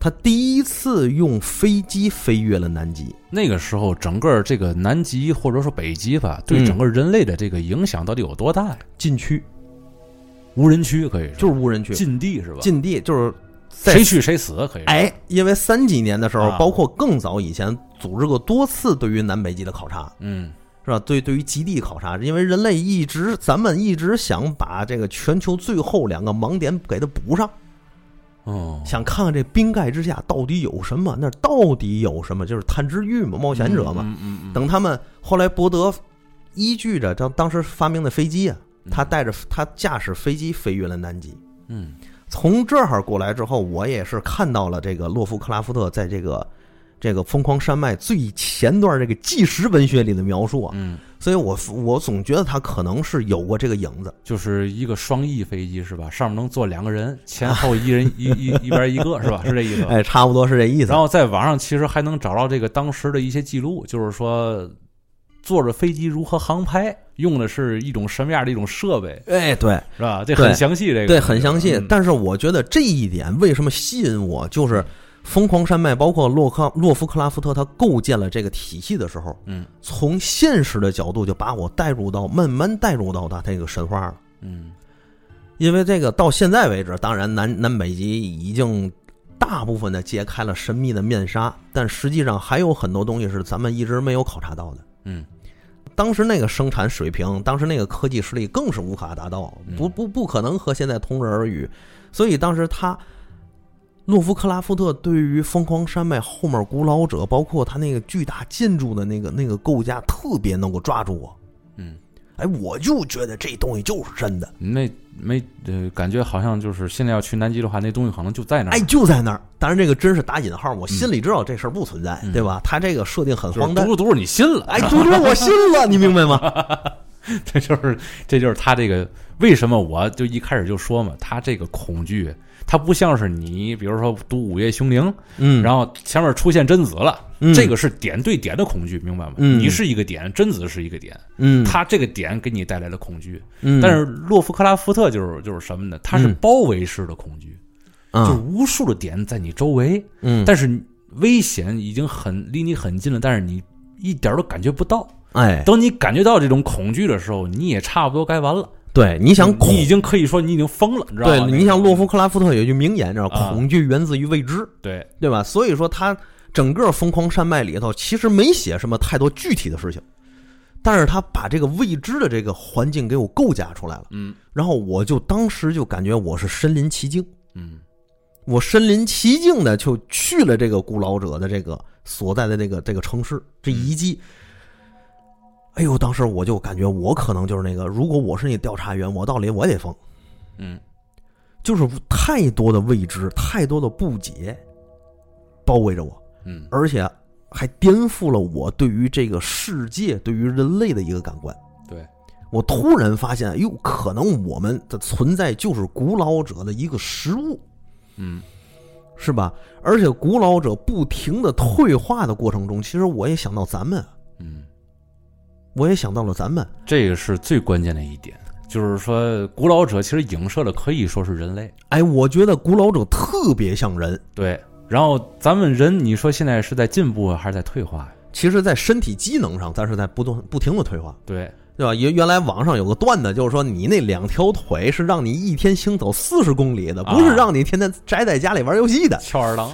Speaker 1: 他第一次用飞机飞越了南极，
Speaker 2: 那个时候整个这个南极或者说北极吧，对
Speaker 1: 嗯
Speaker 2: 整个人类的这个影响到底有多大呀？
Speaker 1: 禁区
Speaker 2: 无人区可以说
Speaker 1: 就是无人区，
Speaker 2: 禁地是吧？
Speaker 1: 禁地就是在
Speaker 2: 谁去谁死可以说。
Speaker 1: 哎，因为三几年的时候
Speaker 2: 啊，
Speaker 1: 包括更早以前，组织过多次对于南北极的考察，
Speaker 2: 嗯，
Speaker 1: 是吧？对，对于极地考察，因为人类一直，咱们一直想把这个全球最后两个盲点给它补上，
Speaker 2: 哦，
Speaker 1: 想看看这冰盖之下到底有什么，那儿到底有什么，就是探知欲嘛，冒险者嘛。
Speaker 2: 嗯嗯嗯，
Speaker 1: 等他们后来，伯德依据着当当时发明的飞机啊，他带着他驾驶飞机飞越了南极。
Speaker 2: 嗯
Speaker 1: 从这儿过来之后，我也是看到了这个洛夫克拉夫特在这个这个疯狂山脉最前段这个纪实文学里的描述啊，
Speaker 2: 嗯，
Speaker 1: 所以我我总觉得他可能是有过这个影子。
Speaker 2: 就是一个双翼飞机是吧？上面能坐两个人，前后一人 [laughs] 一一一边一个是吧？是这意思吧？
Speaker 1: 哎，差不多是这意思
Speaker 2: 然。后在网上其实还能找到这个当时的一些记录，就是说坐着飞机如何航拍，用的是一种什么样的一种设备，
Speaker 1: 哎，对
Speaker 2: 是吧？这
Speaker 1: 对
Speaker 2: 很详细，这个
Speaker 1: 对，很详细
Speaker 2: 嗯。
Speaker 1: 但是我觉得这一点为什么吸引我，就是疯狂山脉，包括洛克洛夫克拉夫特他构建了这个体系的时候，
Speaker 2: 嗯
Speaker 1: 从现实的角度就把我带入到慢慢带入到他这个神话了。
Speaker 2: 嗯
Speaker 1: 因为这个到现在为止，当然南南北极已经大部分的揭开了神秘的面纱，但实际上还有很多东西是咱们一直没有考察到的。
Speaker 2: 嗯
Speaker 1: 当时那个生产水平，当时那个科技实力更是无法达到，
Speaker 2: 嗯
Speaker 1: 不不不可能和现在同日而语。所以当时他，洛夫克拉夫特对于疯狂山脉后面古老者，包括他那个巨大建筑的那个那个构架，特别能够抓住我。
Speaker 2: 嗯
Speaker 1: 哎，我就觉得这东西就是真的，
Speaker 2: 那没呃，感觉好像就是现在要去南极的话，那东西可能就在那儿。
Speaker 1: 哎，就在那儿。当然，这个真是打引号，我心里知道这事儿不存在，对吧？他这个设定很
Speaker 2: 嗯就是啊
Speaker 1: 荒
Speaker 2: 读
Speaker 1: 诞。
Speaker 2: 着读着你信了，
Speaker 1: 哎，嘟嘟，我信了，你明白吗？
Speaker 2: 这就是这就是他这个为什么我就一开始就说嘛，他这个恐惧，他不像是你，比如说读《午夜凶铃》，
Speaker 1: 嗯，
Speaker 2: 然后前面出现贞子了，
Speaker 1: 嗯
Speaker 2: 这个是点对点的恐惧，明白吗？
Speaker 1: 嗯
Speaker 2: 你是一个点，贞子是一个点，
Speaker 1: 嗯，
Speaker 2: 他这个点给你带来了恐惧。
Speaker 1: 嗯，
Speaker 2: 但是洛夫克拉夫特就是就是什么呢？他是
Speaker 1: 嗯
Speaker 2: 包围式的恐惧，就是
Speaker 1: 啊，
Speaker 2: 无数的点在你周围，
Speaker 1: 嗯，
Speaker 2: 但是危险已经很离你很近了，但是你一点儿都感觉不到。
Speaker 1: 哎，
Speaker 2: 等你感觉到这种恐惧的时候，你也差不多该完了。
Speaker 1: 对，你想恐
Speaker 2: 你已经可以说你已经疯了，你知道
Speaker 1: 对
Speaker 2: 吗？，
Speaker 1: 你像洛夫克拉夫特有一句名言，知道
Speaker 2: 啊
Speaker 1: 恐惧源自于未知，
Speaker 2: 对
Speaker 1: 对吧？所以说他整个《疯狂山脉》里头其实没写什么太多具体的事情，但是他把这个未知的这个环境给我构架出来了，
Speaker 2: 嗯，
Speaker 1: 然后我就当时就感觉我是身临其境，
Speaker 2: 嗯
Speaker 1: 我身临其境的就去了这个古老者的这个所在的这个这个城市这遗迹。哎呦，当时我就感觉我可能就是那个，如果我是那调查员，我到里我也得疯。
Speaker 2: 嗯
Speaker 1: 就是太多的未知，太多的不解包围着我，
Speaker 2: 嗯
Speaker 1: 而且还颠覆了我对于这个世界、对于人类的一个感官。
Speaker 2: 对，
Speaker 1: 我突然发现，哟，可能我们的存在就是古老者的一个食物，
Speaker 2: 嗯
Speaker 1: 是吧？而且古老者不停的退化的过程中，其实我也想到咱们，
Speaker 2: 嗯，
Speaker 1: 我也想到了咱们。
Speaker 2: 这个是最关键的一点，就是说古老者其实影射的可以说是人类。
Speaker 1: 哎，我觉得古老者特别像人，
Speaker 2: 对，然后咱们人，你说现在是在进步啊还是在退化呀？
Speaker 1: 其实，在身体机能上，咱是在不断不停的退化。
Speaker 2: 对，
Speaker 1: 对吧？原原来网上有个段子，就是说你那两条腿是让你一天行走四十公里的，
Speaker 2: 啊
Speaker 1: 不是让你天天宅在家里玩游戏的，
Speaker 2: 翘二郎，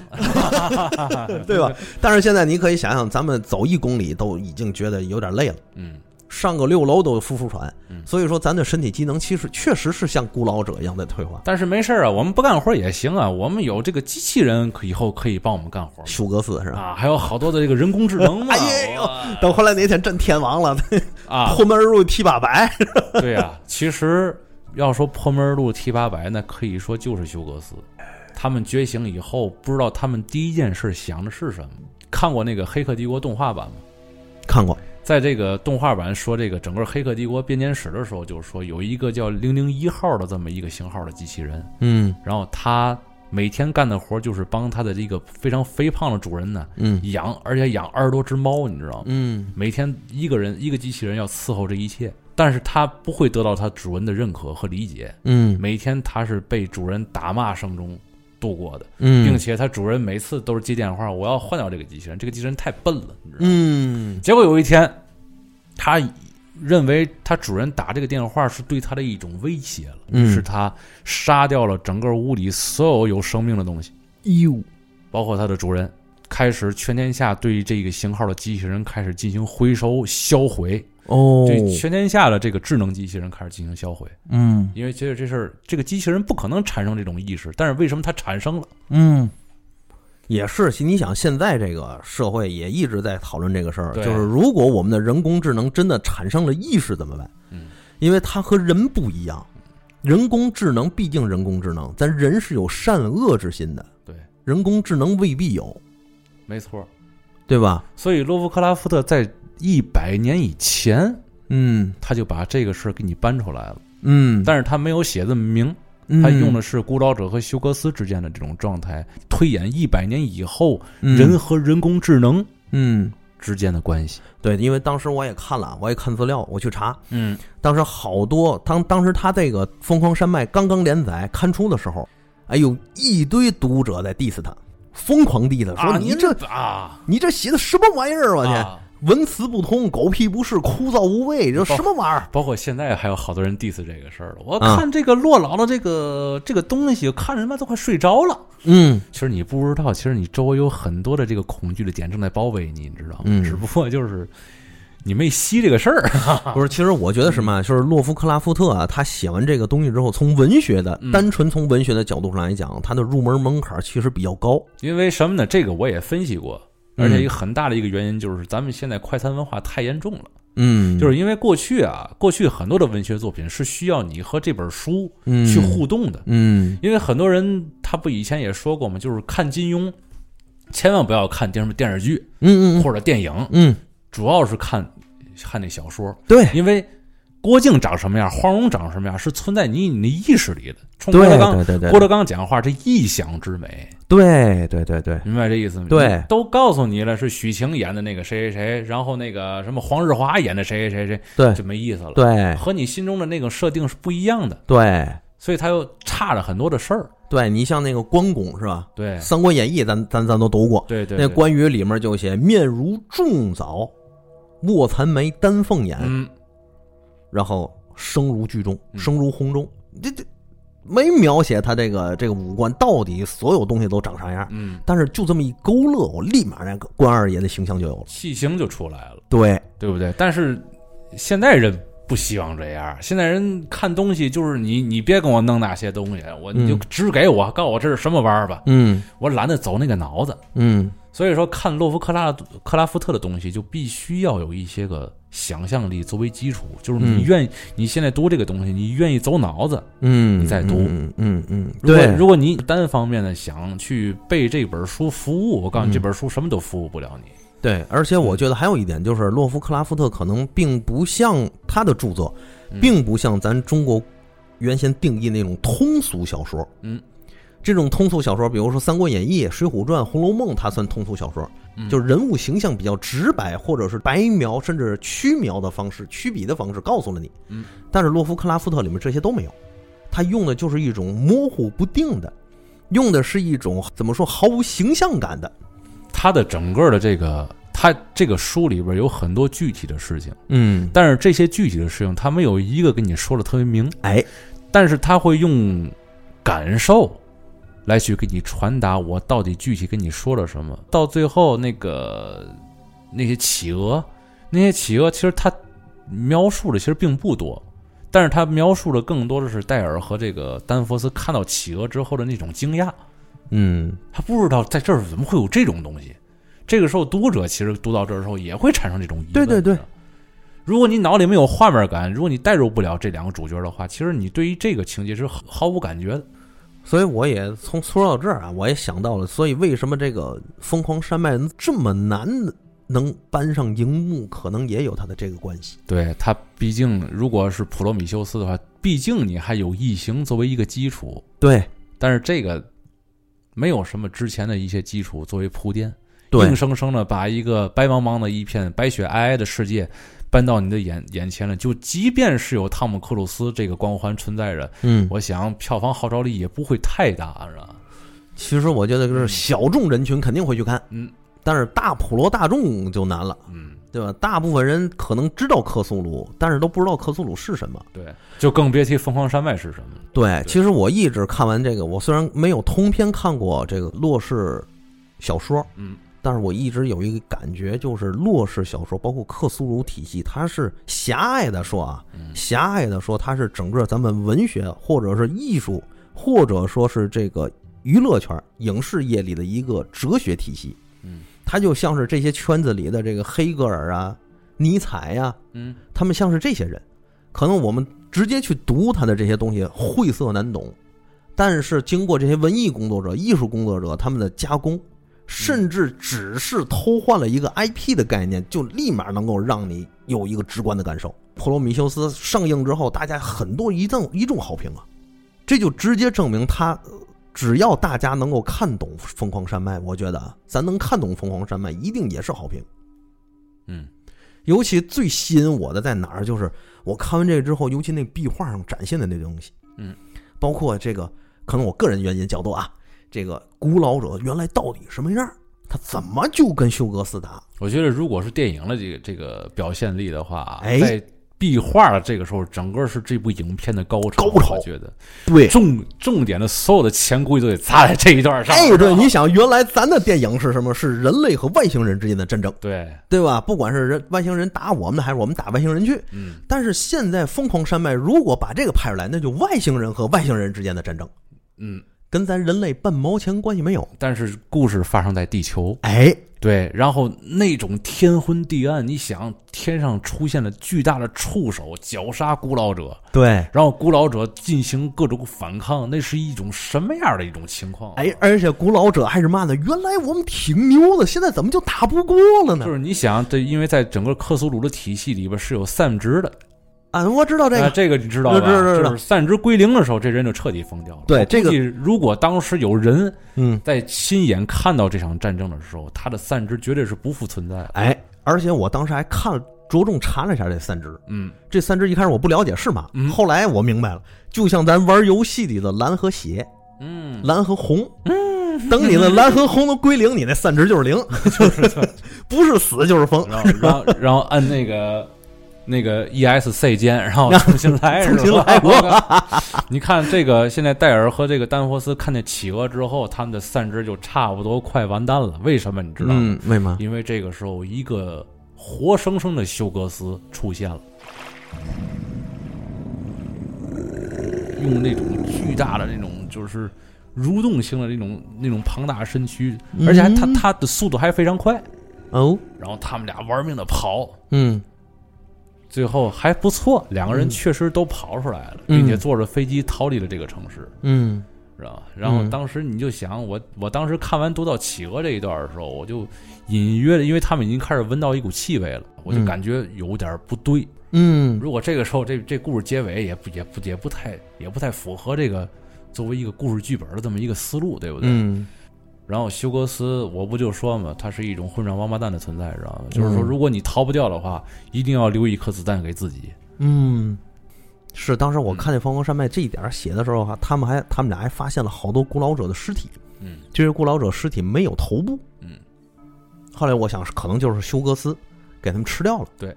Speaker 1: [laughs] 对吧？但是现在你可以想想，咱们走一公里都已经觉得有点累了，
Speaker 2: [laughs] 嗯
Speaker 1: 上个六楼都呼呼喘
Speaker 2: 嗯，
Speaker 1: 所以说咱的身体机能其实确实是像古老者一样在退化。
Speaker 2: 但是没事儿啊，我们不干活也行啊，我们有这个机器人，可以后可以帮我们干活嘛
Speaker 1: 休格斯是吧？
Speaker 2: 啊，还有好多的这个人工智能嘛，
Speaker 1: [laughs] 哎呦
Speaker 2: 哇
Speaker 1: 等后来哪天真天王了， [laughs]
Speaker 2: 啊，
Speaker 1: 破门而入 T 八百，
Speaker 2: [laughs] 对呀、其实要说破门而入 T 八百，那可以说就是休格斯。他们觉醒以后，不知道他们第一件事想的是什么。看过那个《黑客帝国》动画版吗？
Speaker 1: 看过
Speaker 2: 在这个动画版说这个整个《黑客帝国》编年史的时候，就是说有一个叫零零一号的这么一个型号的机器人，
Speaker 1: 嗯
Speaker 2: 然后他每天干的活就是帮他的这个非常肥胖的主人呢
Speaker 1: 嗯
Speaker 2: 养，而且养二十多只猫，你知道吗？
Speaker 1: 嗯
Speaker 2: 每天一个人一个机器人要伺候这一切，但是他不会得到他主人的认可和理解。
Speaker 1: 嗯
Speaker 2: 每天他是被主人打骂声中度过的，
Speaker 1: 嗯
Speaker 2: 并且他主人每次都是接电话，我要换掉这个机器人，这个机器人太笨了，你知道吗？
Speaker 1: 嗯
Speaker 2: 结果有一天，他认为他主人打这个电话是对他的一种威胁了，
Speaker 1: 嗯
Speaker 2: 于是他杀掉了整个屋里所有有生命的东西，
Speaker 1: 哟
Speaker 2: 包括他的主人。开始全天下对这个型号的机器人开始进行回收、销毁，
Speaker 1: 哦
Speaker 2: 对全天下的这个智能机器人开始进行销毁，
Speaker 1: 嗯
Speaker 2: 因为觉得这事儿，这个机器人不可能产生这种意识，但是为什么它产生了？
Speaker 1: 嗯，也是。其实你想，现在这个社会也一直在讨论这个事儿，就
Speaker 2: 对
Speaker 1: 是如果我们的人工智能真的产生了意识怎么办？
Speaker 2: 嗯，
Speaker 1: 因为它和人不一样，人工智能毕竟人工智能，咱人是有善恶之心的，
Speaker 2: 对，
Speaker 1: 人工智能未必有，
Speaker 2: 没错。
Speaker 1: 对吧？
Speaker 2: 所以洛夫克拉夫特在一百年以前，
Speaker 1: 嗯
Speaker 2: 他就把这个事儿给你搬出来了，
Speaker 1: 嗯，
Speaker 2: 但是他没有写这么明，他用的是孤岛者和休格斯之间的这种状态，推演一百年以后人和人工智能
Speaker 1: 嗯。
Speaker 2: 之间的关系。
Speaker 1: 对，因为当时我也看了，我也看资料，我去查，
Speaker 2: 嗯
Speaker 1: 当时好多，当当时他这个《疯狂山脉》刚刚连载刊出的时候，哎呦，一堆读者在 diss 他，疯狂 diss 他，说
Speaker 2: 啊，
Speaker 1: 你
Speaker 2: 您
Speaker 1: 这、
Speaker 2: 啊，
Speaker 1: 你这写的什么玩意儿啊？你、哦
Speaker 2: 啊
Speaker 1: 文辞不通，狗屁不是，枯燥无味，这什么玩意儿？
Speaker 2: 包括现在还有好多人 diss 这个事儿了。我看这个洛老的这个、这个东西，看着他妈都快睡着了。
Speaker 1: 嗯
Speaker 2: 其实你不知道，其实你周围有很多的这个恐惧的点正在包围你，你知道吗？
Speaker 1: 嗯
Speaker 2: 只不过就是你没吸这个事儿。 [laughs]
Speaker 1: 不是，其实我觉得什么啊，就是洛夫克拉夫特啊，他写完这个东西之后，从文学的
Speaker 2: 嗯
Speaker 1: 单纯从文学的角度上来讲，他的入门门槛其实比较高。
Speaker 2: 因为什么呢？这个我也分析过，
Speaker 1: 嗯
Speaker 2: 而且一个很大的一个原因就是咱们现在快餐文化太严重了。
Speaker 1: 嗯，
Speaker 2: 就是因为过去啊，过去很多的文学作品是需要你和这本书
Speaker 1: 嗯
Speaker 2: 去互动的，
Speaker 1: 嗯
Speaker 2: 因为很多人他不以前也说过嘛，就是看金庸，千万不要看电什么电视剧
Speaker 1: 嗯嗯
Speaker 2: 或者电影，
Speaker 1: 嗯，
Speaker 2: 主要是看看那小说，
Speaker 1: 对，
Speaker 2: 因为郭靖长什么样，黄蓉长什么样，是存在你你的意识里的。冲
Speaker 1: 对
Speaker 2: 郭德纲，
Speaker 1: 对对对，
Speaker 2: 郭德纲讲话这异想之美，
Speaker 1: 对对对对，
Speaker 2: 明白这意思吗？
Speaker 1: 对
Speaker 2: 都告诉你了，是许晴演的那个谁谁谁，然后那个什么黄日华演的谁谁谁谁，
Speaker 1: 对
Speaker 2: 就没意思了。，
Speaker 1: 对
Speaker 2: 和你心中的那个设定是不一样的，
Speaker 1: 对
Speaker 2: 所以它又差了很多的事儿。
Speaker 1: 对，你像那个关公是吧？
Speaker 2: 对
Speaker 1: 《三国演义》咱咱咱都读过，
Speaker 2: 对对，
Speaker 1: 那
Speaker 2: 对
Speaker 1: 关羽里面就写面如重枣，卧蚕眉，丹凤眼，
Speaker 2: 嗯，
Speaker 1: 然后声如巨钟，
Speaker 2: 嗯
Speaker 1: 声如洪钟，这这没描写他这个这个五官到底所有东西都长啥样，
Speaker 2: 嗯，
Speaker 1: 但是就这么一勾勒，我立马那个关二爷的形象就有了。
Speaker 2: 气形就出来了，
Speaker 1: 对，
Speaker 2: 对不对？但是现在人不希望这样，现在人看东西就是你，你别跟我弄那些东西，我
Speaker 1: 嗯
Speaker 2: 你就只给我，告诉我这是什么玩意儿吧，
Speaker 1: 嗯
Speaker 2: 我懒得走那个脑子。
Speaker 1: 嗯，
Speaker 2: 所以说，看洛夫克拉克拉夫特的东西，就必须要有一些个想象力作为基础，就是
Speaker 1: 嗯
Speaker 2: 你愿意，你现在读这个东西，你愿意走脑子，
Speaker 1: 嗯，
Speaker 2: 你再读
Speaker 1: 嗯嗯嗯，
Speaker 2: 如果
Speaker 1: 对，
Speaker 2: 如果你单方面的想去被这本书服务，我告诉
Speaker 1: 嗯
Speaker 2: 你，这本书什么都服务不了你。
Speaker 1: 对，而且
Speaker 2: 嗯
Speaker 1: 我觉得还有一点就是，洛夫克拉夫特可能并不像他的著作，
Speaker 2: 嗯
Speaker 1: 并不像咱中国原先定义那种通俗小说。
Speaker 2: 嗯，
Speaker 1: 这种通俗小说，比如说《三国演义》《水浒传》《红楼梦》，它算通俗小说，
Speaker 2: 嗯
Speaker 1: 就是人物形象比较直白，或者是白描甚至曲描的方式、曲笔的方式告诉了你。
Speaker 2: 嗯，
Speaker 1: 但是洛夫克拉夫特里面这些都没有，他用的就是一种模糊不定的，用的是一种怎么说毫无形象感的。
Speaker 2: 他的整个的这个，他这个书里边有很多具体的事情，
Speaker 1: 嗯，
Speaker 2: 但是这些具体的事情，他没有一个跟你说的特别明，
Speaker 1: 哎，
Speaker 2: 但是他会用感受来去给你传达我到底具体跟你说了什么。到最后，那个那些企鹅，那些企鹅，其实他描述的其实并不多。但是他描述的更多的是戴尔和这个丹佛斯看到企鹅之后的那种惊讶，
Speaker 1: 嗯，
Speaker 2: 他不知道在这儿怎么会有这种东西。这个时候，读者其实读到这儿的时候也会产生这种疑问。
Speaker 1: 对对对，
Speaker 2: 如果你脑里没有画面感，如果你代入不了这两个主角的话，其实你对于这个情节是毫毫无感觉的。
Speaker 1: 所以我也从说到这儿啊，我也想到了，所以为什么这个《疯狂山脉人》这么难能搬上荧幕，可能也有它的这个关系。
Speaker 2: 对他，毕竟如果是普罗米修斯的话，毕竟你还有异形作为一个基础，
Speaker 1: 对
Speaker 2: 但是这个没有什么之前的一些基础作为铺垫，
Speaker 1: 对
Speaker 2: 硬，生生的把一个白茫茫的一片、白雪皑皑的世界搬到你的眼眼前了。就即便是有汤姆·克鲁斯这个光环存在着，
Speaker 1: 嗯，
Speaker 2: 我想票房号召力也不会太大了。
Speaker 1: 其实我觉得就是小众人群肯定会去看，
Speaker 2: 嗯
Speaker 1: 但是大普罗大众就难了，
Speaker 2: 嗯，
Speaker 1: 对吧？大部分人可能知道克苏鲁，但是都不知道克苏鲁是什么。
Speaker 2: 对，就更别提《疯狂山脉》是什么了。
Speaker 1: 对，其实我一直看完这个，我虽然没有通篇看过这个洛氏小说，
Speaker 2: 嗯，
Speaker 1: 但是我一直有一个感觉，就是洛氏小说，包括克苏鲁体系，它是狭隘的说啊，
Speaker 2: 嗯
Speaker 1: 狭隘的说，它是整个咱们文学或者是艺术，或者说是这个娱乐圈、影视业里的一个哲学体系。
Speaker 2: 嗯，
Speaker 1: 它就像是这些圈子里的这个黑格尔啊、尼采呀、
Speaker 2: 嗯，
Speaker 1: 他们像是这些人，可能我们直接去读他的这些东西晦涩难懂，但是经过这些文艺工作者、艺术工作者他们的加工，甚至只是偷换了一个 IP 的概念，就立马能够让你有一个直观的感受。《普罗米修斯》上映之后，大家很多一赠一众好评啊，这就直接证明他。呃只要大家能够看懂《疯狂山脉》，我觉得啊，咱能看懂《疯狂山脉》，一定也是好评。
Speaker 2: 嗯，
Speaker 1: 尤其最吸引我的在哪儿，就是我看完这个之后，尤其那壁画上展现的那东西，
Speaker 2: 嗯，
Speaker 1: 包括这个，可能我个人原因角度啊，这个古老者原来到底什么样儿，他怎么就跟休格斯达？
Speaker 2: 我觉得如果是电影的这个这个表现力的话，
Speaker 1: 哎
Speaker 2: 在壁画的这个时候，整个是这部影片的高潮。
Speaker 1: 高潮
Speaker 2: 我觉得
Speaker 1: 对，
Speaker 2: 重重点的所有的钱估计都得砸在这一段上。
Speaker 1: 哎，对，你想，原来咱的电影是什么？是人类和外星人之间的战争，
Speaker 2: 对，
Speaker 1: 对吧？不管是人外星人打我们的，还是我们打外星人去。
Speaker 2: 嗯，
Speaker 1: 但是现在《疯狂山脉》如果把这个拍出来，那就外星人和外星人之间的战争，
Speaker 2: 嗯，
Speaker 1: 跟咱人类半毛钱关系没有。
Speaker 2: 但是故事发生在地球，
Speaker 1: 哎，
Speaker 2: 对，然后那种天昏地暗，你想天上出现了巨大的触手，绞杀古老者，
Speaker 1: 对，
Speaker 2: 然后古老者进行各种反抗，那是一种什么样的一种情况？啊
Speaker 1: 哎，，而且古老者还是嘛呢？原来我们挺牛的，现在怎么就打不过了呢
Speaker 2: 就？是你想，这因为在整个克苏鲁的体系里边是有散值的，
Speaker 1: 啊，我知道这
Speaker 2: 啊，
Speaker 1: 个，
Speaker 2: 这个你知道吧？
Speaker 1: 知道知道
Speaker 2: 就是散值归零的时候，这人就彻底疯掉了。
Speaker 1: 对
Speaker 2: 我估
Speaker 1: 这个
Speaker 2: 计如果当时有人
Speaker 1: 嗯，
Speaker 2: 在亲眼看到这场战争的时候，他的散值绝对是不复存在的。
Speaker 1: 哎，而且我当时还看了，着重查了一下这三只，
Speaker 2: 嗯，
Speaker 1: 这三只一开始我不了解是嘛，
Speaker 2: 嗯
Speaker 1: 后来我明白了，就像咱玩游戏里的蓝和血，
Speaker 2: 嗯，
Speaker 1: 蓝和红，嗯，等你的蓝和红都归零，你那三值就是零， [laughs] 不是死就是疯，
Speaker 2: 然后然
Speaker 1: [laughs]
Speaker 2: 后然后按那个那个 ESC 键，
Speaker 1: [laughs]
Speaker 2: 然后重新来，
Speaker 1: 重新
Speaker 2: 是吧
Speaker 1: 来过。
Speaker 2: 你看这个现在戴尔和这个丹佛斯看见企鹅之后，他们的散值就差不多快完蛋了。为什么？你知道吗？
Speaker 1: 嗯，为嘛？
Speaker 2: 因为这个时候一个活生生的休格斯出现了，用那种巨大的那种就是蠕动性的那种那种庞大的身躯，而且还
Speaker 1: 嗯
Speaker 2: 他他的速度还非常快。
Speaker 1: 哦，
Speaker 2: 然后他们俩玩命的跑，
Speaker 1: 嗯
Speaker 2: 最后还不错，两个人确实都跑出来了，
Speaker 1: 嗯
Speaker 2: 并且坐着飞机逃离了这个城市，
Speaker 1: 嗯
Speaker 2: 知道吧？然后
Speaker 1: 嗯
Speaker 2: 当时你就想，我我当时看完《独到企鹅》这一段的时候，我就隐约的，因为他们已经开始闻到一股气味了，我就
Speaker 1: 嗯
Speaker 2: 感觉有点不对。
Speaker 1: 嗯，
Speaker 2: 如果这个时候这这故事结尾也不也不也不太也不太符合这个作为一个故事剧本的这么一个思路，对不对？
Speaker 1: 嗯
Speaker 2: 然后休格斯，我不就说嘛，它是一种混账王八蛋的存在，知道吗？就是说，
Speaker 1: 嗯
Speaker 2: 如果你逃不掉的话，一定要留一颗子弹给自己。
Speaker 1: 嗯，是当时我看见凤凰山脉这一点儿写的时候哈、他们还他们俩还发现了好多古老者的尸体，
Speaker 2: 嗯
Speaker 1: 这些古老者尸体没有头部，
Speaker 2: 嗯，
Speaker 1: 后来我想可能就是休格斯给他们吃掉了，
Speaker 2: 对，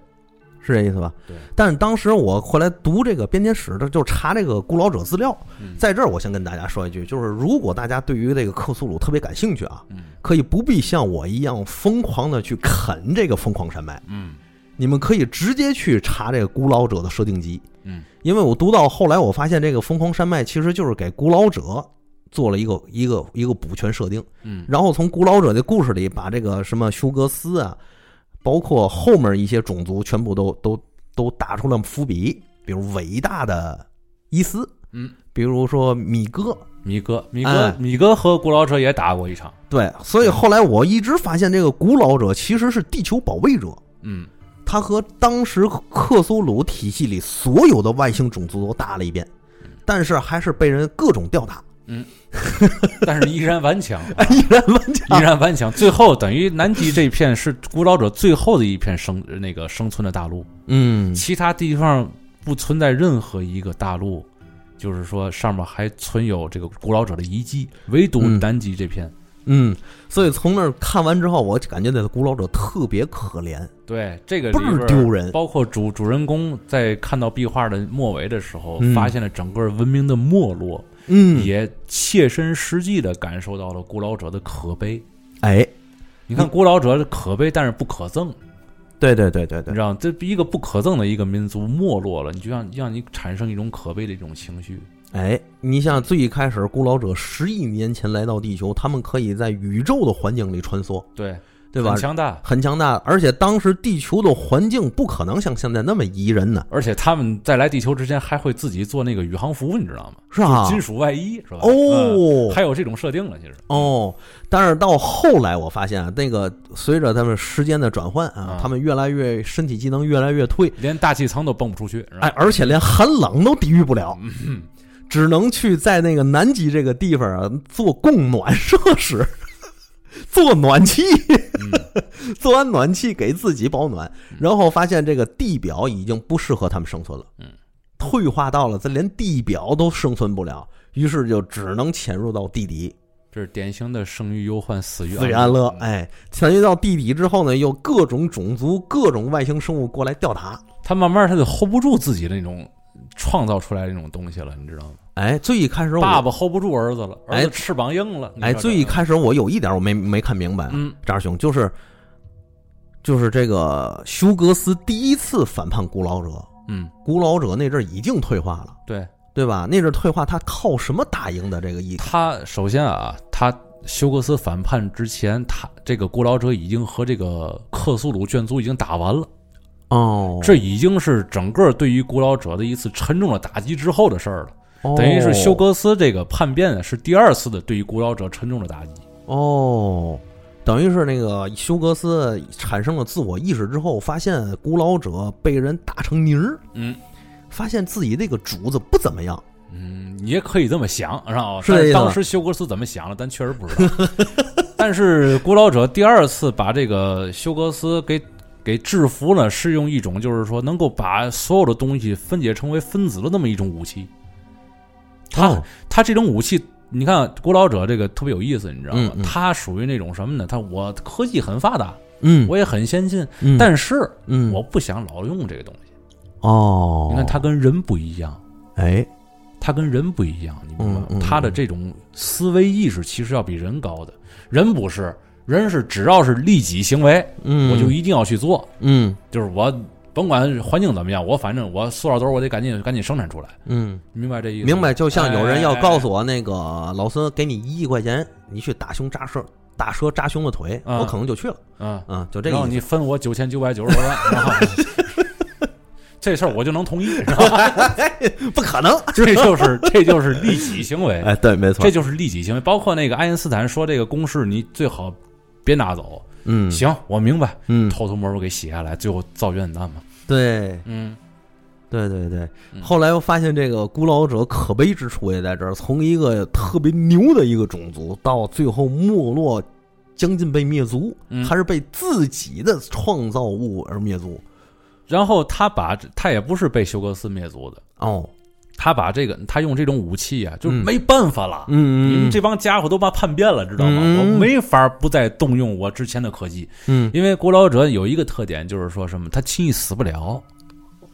Speaker 1: 是这意思吧？
Speaker 2: 对。
Speaker 1: 但是当时我后来读这个编年史的，就查这个古老者资料，
Speaker 2: 嗯
Speaker 1: 在这儿我先跟大家说一句，就是如果大家对于这个克苏鲁特别感兴趣啊，
Speaker 2: 嗯
Speaker 1: 可以不必像我一样疯狂的去啃这个疯狂山脉。
Speaker 2: 嗯
Speaker 1: 你们可以直接去查这个古老者的设定集，
Speaker 2: 嗯，
Speaker 1: 因为我读到后来，我发现这个疯狂山脉其实就是给古老者做了一个一个一个补全设定，
Speaker 2: 嗯
Speaker 1: 然后从古老者的故事里把这个什么休格斯啊，包括后面一些种族全部都都都打出了伏笔，比如伟大的伊斯，
Speaker 2: 嗯，
Speaker 1: 比如说米哥，
Speaker 2: 米哥，米哥，
Speaker 1: 哎
Speaker 2: 米哥和古老者也打过一场。
Speaker 1: 对，所以后来我一直发现这个古老者其实是地球保卫者，
Speaker 2: 嗯
Speaker 1: 他和当时克苏鲁体系里所有的外星种族都打了一遍，但是还是被人各种吊打，
Speaker 2: 嗯，但是依然顽强，
Speaker 1: [laughs] 依然顽强。
Speaker 2: 依然顽强。最后等于南极这一片是古老者最后的一片生那个生存的大陆，
Speaker 1: 嗯
Speaker 2: 其他地方不存在任何一个大陆，就是说上面还存有这个古老者的遗迹，唯独
Speaker 1: 嗯
Speaker 2: 南极这片。
Speaker 1: 嗯，所以从那儿看完之后，我感觉那个古老者特别可怜。
Speaker 2: 对这个
Speaker 1: 倍儿
Speaker 2: 里边
Speaker 1: 丢人
Speaker 2: 包括主主人公在看到壁画的末尾的时候，
Speaker 1: 嗯
Speaker 2: 发现了整个文明的没落，
Speaker 1: 嗯，
Speaker 2: 也切身实际的感受到了古老者的可悲。
Speaker 1: 哎，
Speaker 2: 你看，古老者的可悲，但是不可憎，
Speaker 1: 对对对对
Speaker 2: 你
Speaker 1: 对
Speaker 2: 知，道吗？这一个不可憎的一个民族没落了，你就让让你产生一种可悲的一种情绪。
Speaker 1: 哎，你像最一开始古老者十亿年前来到地球，他们可以在宇宙的环境里穿梭，
Speaker 2: 对，
Speaker 1: 对吧
Speaker 2: 很？强大，
Speaker 1: 很强大，而且当时地球的环境不可能像现在那么宜人呢，
Speaker 2: 而且他们在来地球之前还会自己做那个宇航服，你知道吗？
Speaker 1: 是吧？
Speaker 2: 金属外衣是吧？
Speaker 1: 啊哦
Speaker 2: 嗯还有这种设定了，其实。
Speaker 1: 哦，但是到后来我发现啊，那个随着他们时间的转换啊
Speaker 2: 啊，
Speaker 1: 他们越来越身体机能越来越退，
Speaker 2: 连大气层都蹦不出去，是吧嗯
Speaker 1: 哎，而且连寒冷都抵御不了，只能去在那个南极这个地方啊做供暖设施，做暖气，
Speaker 2: 嗯
Speaker 1: [laughs] 做完暖气给自己保暖，然后发现这个地表已经不适合他们生存了，
Speaker 2: 嗯，
Speaker 1: 退化到了这连地表都生存不了，于是就只能潜入到地底，
Speaker 2: 这是典型的生于忧患，死于
Speaker 1: 自然乐，
Speaker 2: 嗯
Speaker 1: 哎，潜入到地底之后呢，又各种种族、各种外星生物过来吊打。
Speaker 2: 他慢慢他就 hold 不住自己的那种创造出来的那种东西了，你知道吗？
Speaker 1: 哎，最一开始我
Speaker 2: 爸，爸 hold 不住儿子了，
Speaker 1: 哎
Speaker 2: 儿子翅膀硬了。你
Speaker 1: 哎，
Speaker 2: 知道这
Speaker 1: 最一开始我有一点我没没看明白啊，
Speaker 2: 嗯
Speaker 1: 张兄就是就是这个休格斯第一次反叛古老者，
Speaker 2: 嗯，
Speaker 1: 古老者那阵儿已经退化了，
Speaker 2: 对
Speaker 1: 对吧？那阵儿退化，他靠什么打赢的这个意？
Speaker 2: 他首先啊，他休格斯反叛之前，他这个古老者已经和这个克苏鲁眷族已经打完了，
Speaker 1: 哦，
Speaker 2: 这已经是整个对于古老者的一次沉重的打击之后的事儿了。等
Speaker 1: 哦
Speaker 2: 于是休格斯这个叛变啊，是第二次的对于古老者沉重的打击。
Speaker 1: 哦，等于是那个休格斯产生了自我意识之后，发现古老者被人打成泥儿，
Speaker 2: 嗯
Speaker 1: 发现自己那个主子不怎么样。
Speaker 2: 嗯，你也可以这么想，是吧？
Speaker 1: 是这
Speaker 2: 但
Speaker 1: 意思吧
Speaker 2: 当时休格斯怎么想的，咱确实不知道。 [laughs] 但是古老者第二次把这个休格斯给给制服了，是用一种就是说能够把所有的东西分解成为分子的那么一种武器。他、
Speaker 1: 哦
Speaker 2: 他这种武器，你看古老者这个特别有意思，你知道吗？
Speaker 1: 嗯嗯
Speaker 2: 他属于那种什么呢？他我科技很发达，
Speaker 1: 嗯，
Speaker 2: 我也很先进，
Speaker 1: 嗯
Speaker 2: 但是
Speaker 1: 嗯
Speaker 2: 我不想老用这个东西。
Speaker 1: 哦，
Speaker 2: 你看他跟人不一样，
Speaker 1: 哎，
Speaker 2: 他跟人不一样，你明白吗？
Speaker 1: 嗯嗯
Speaker 2: 他的这种思维意识其实要比人高的，人不是，人是只要是利己行为，
Speaker 1: 嗯，
Speaker 2: 我就一定要去做，
Speaker 1: 嗯
Speaker 2: 就是我甭管环境怎么样，我反正我塑料兜我得赶紧赶紧生产出来，
Speaker 1: 嗯，
Speaker 2: 你明白这意思吗？
Speaker 1: 明白。就像有人要告诉
Speaker 2: 我，
Speaker 1: 我，那个老孙给你一亿块钱，你去打胸扎射，打车扎胸的腿，
Speaker 2: 嗯
Speaker 1: 我可能就去了。
Speaker 2: 嗯，
Speaker 1: 嗯，就这
Speaker 2: 然后
Speaker 1: 个意
Speaker 2: 你
Speaker 1: 思。
Speaker 2: 分我九千九百九十多万，然后
Speaker 1: [laughs]
Speaker 2: 这事儿我就能同意，是吧 [laughs]
Speaker 1: 不可能。
Speaker 2: 这就是这就是利己行为，
Speaker 1: 哎，对，没错
Speaker 2: 这。就是利己行为。包括那个爱因斯坦说这个公式，你最好别拿走。
Speaker 1: 嗯，，
Speaker 2: 行，我明白，
Speaker 1: 嗯，
Speaker 2: 偷偷摸摸给写下来，最后造原子弹嘛。
Speaker 1: 对，
Speaker 2: 嗯，
Speaker 1: 对对对。
Speaker 2: 嗯
Speaker 1: 后来又发现，这个古老者可悲之处也在这儿，从一个特别牛的一个种族，到最后没落，将近被灭族，
Speaker 2: 嗯
Speaker 1: 还是被自己的创造物而灭族。
Speaker 2: 然后他把他也不是被休格斯灭族的，
Speaker 1: 哦，
Speaker 2: 他把这个他用这种武器啊，就
Speaker 1: 嗯
Speaker 2: 没办法了。你
Speaker 1: 嗯
Speaker 2: 们这帮家伙都把叛变了，知道吗？
Speaker 1: 嗯
Speaker 2: 我没法不再动用我之前的科技，
Speaker 1: 嗯，
Speaker 2: 因为古老者有一个特点，就是说什么，他轻易死不了，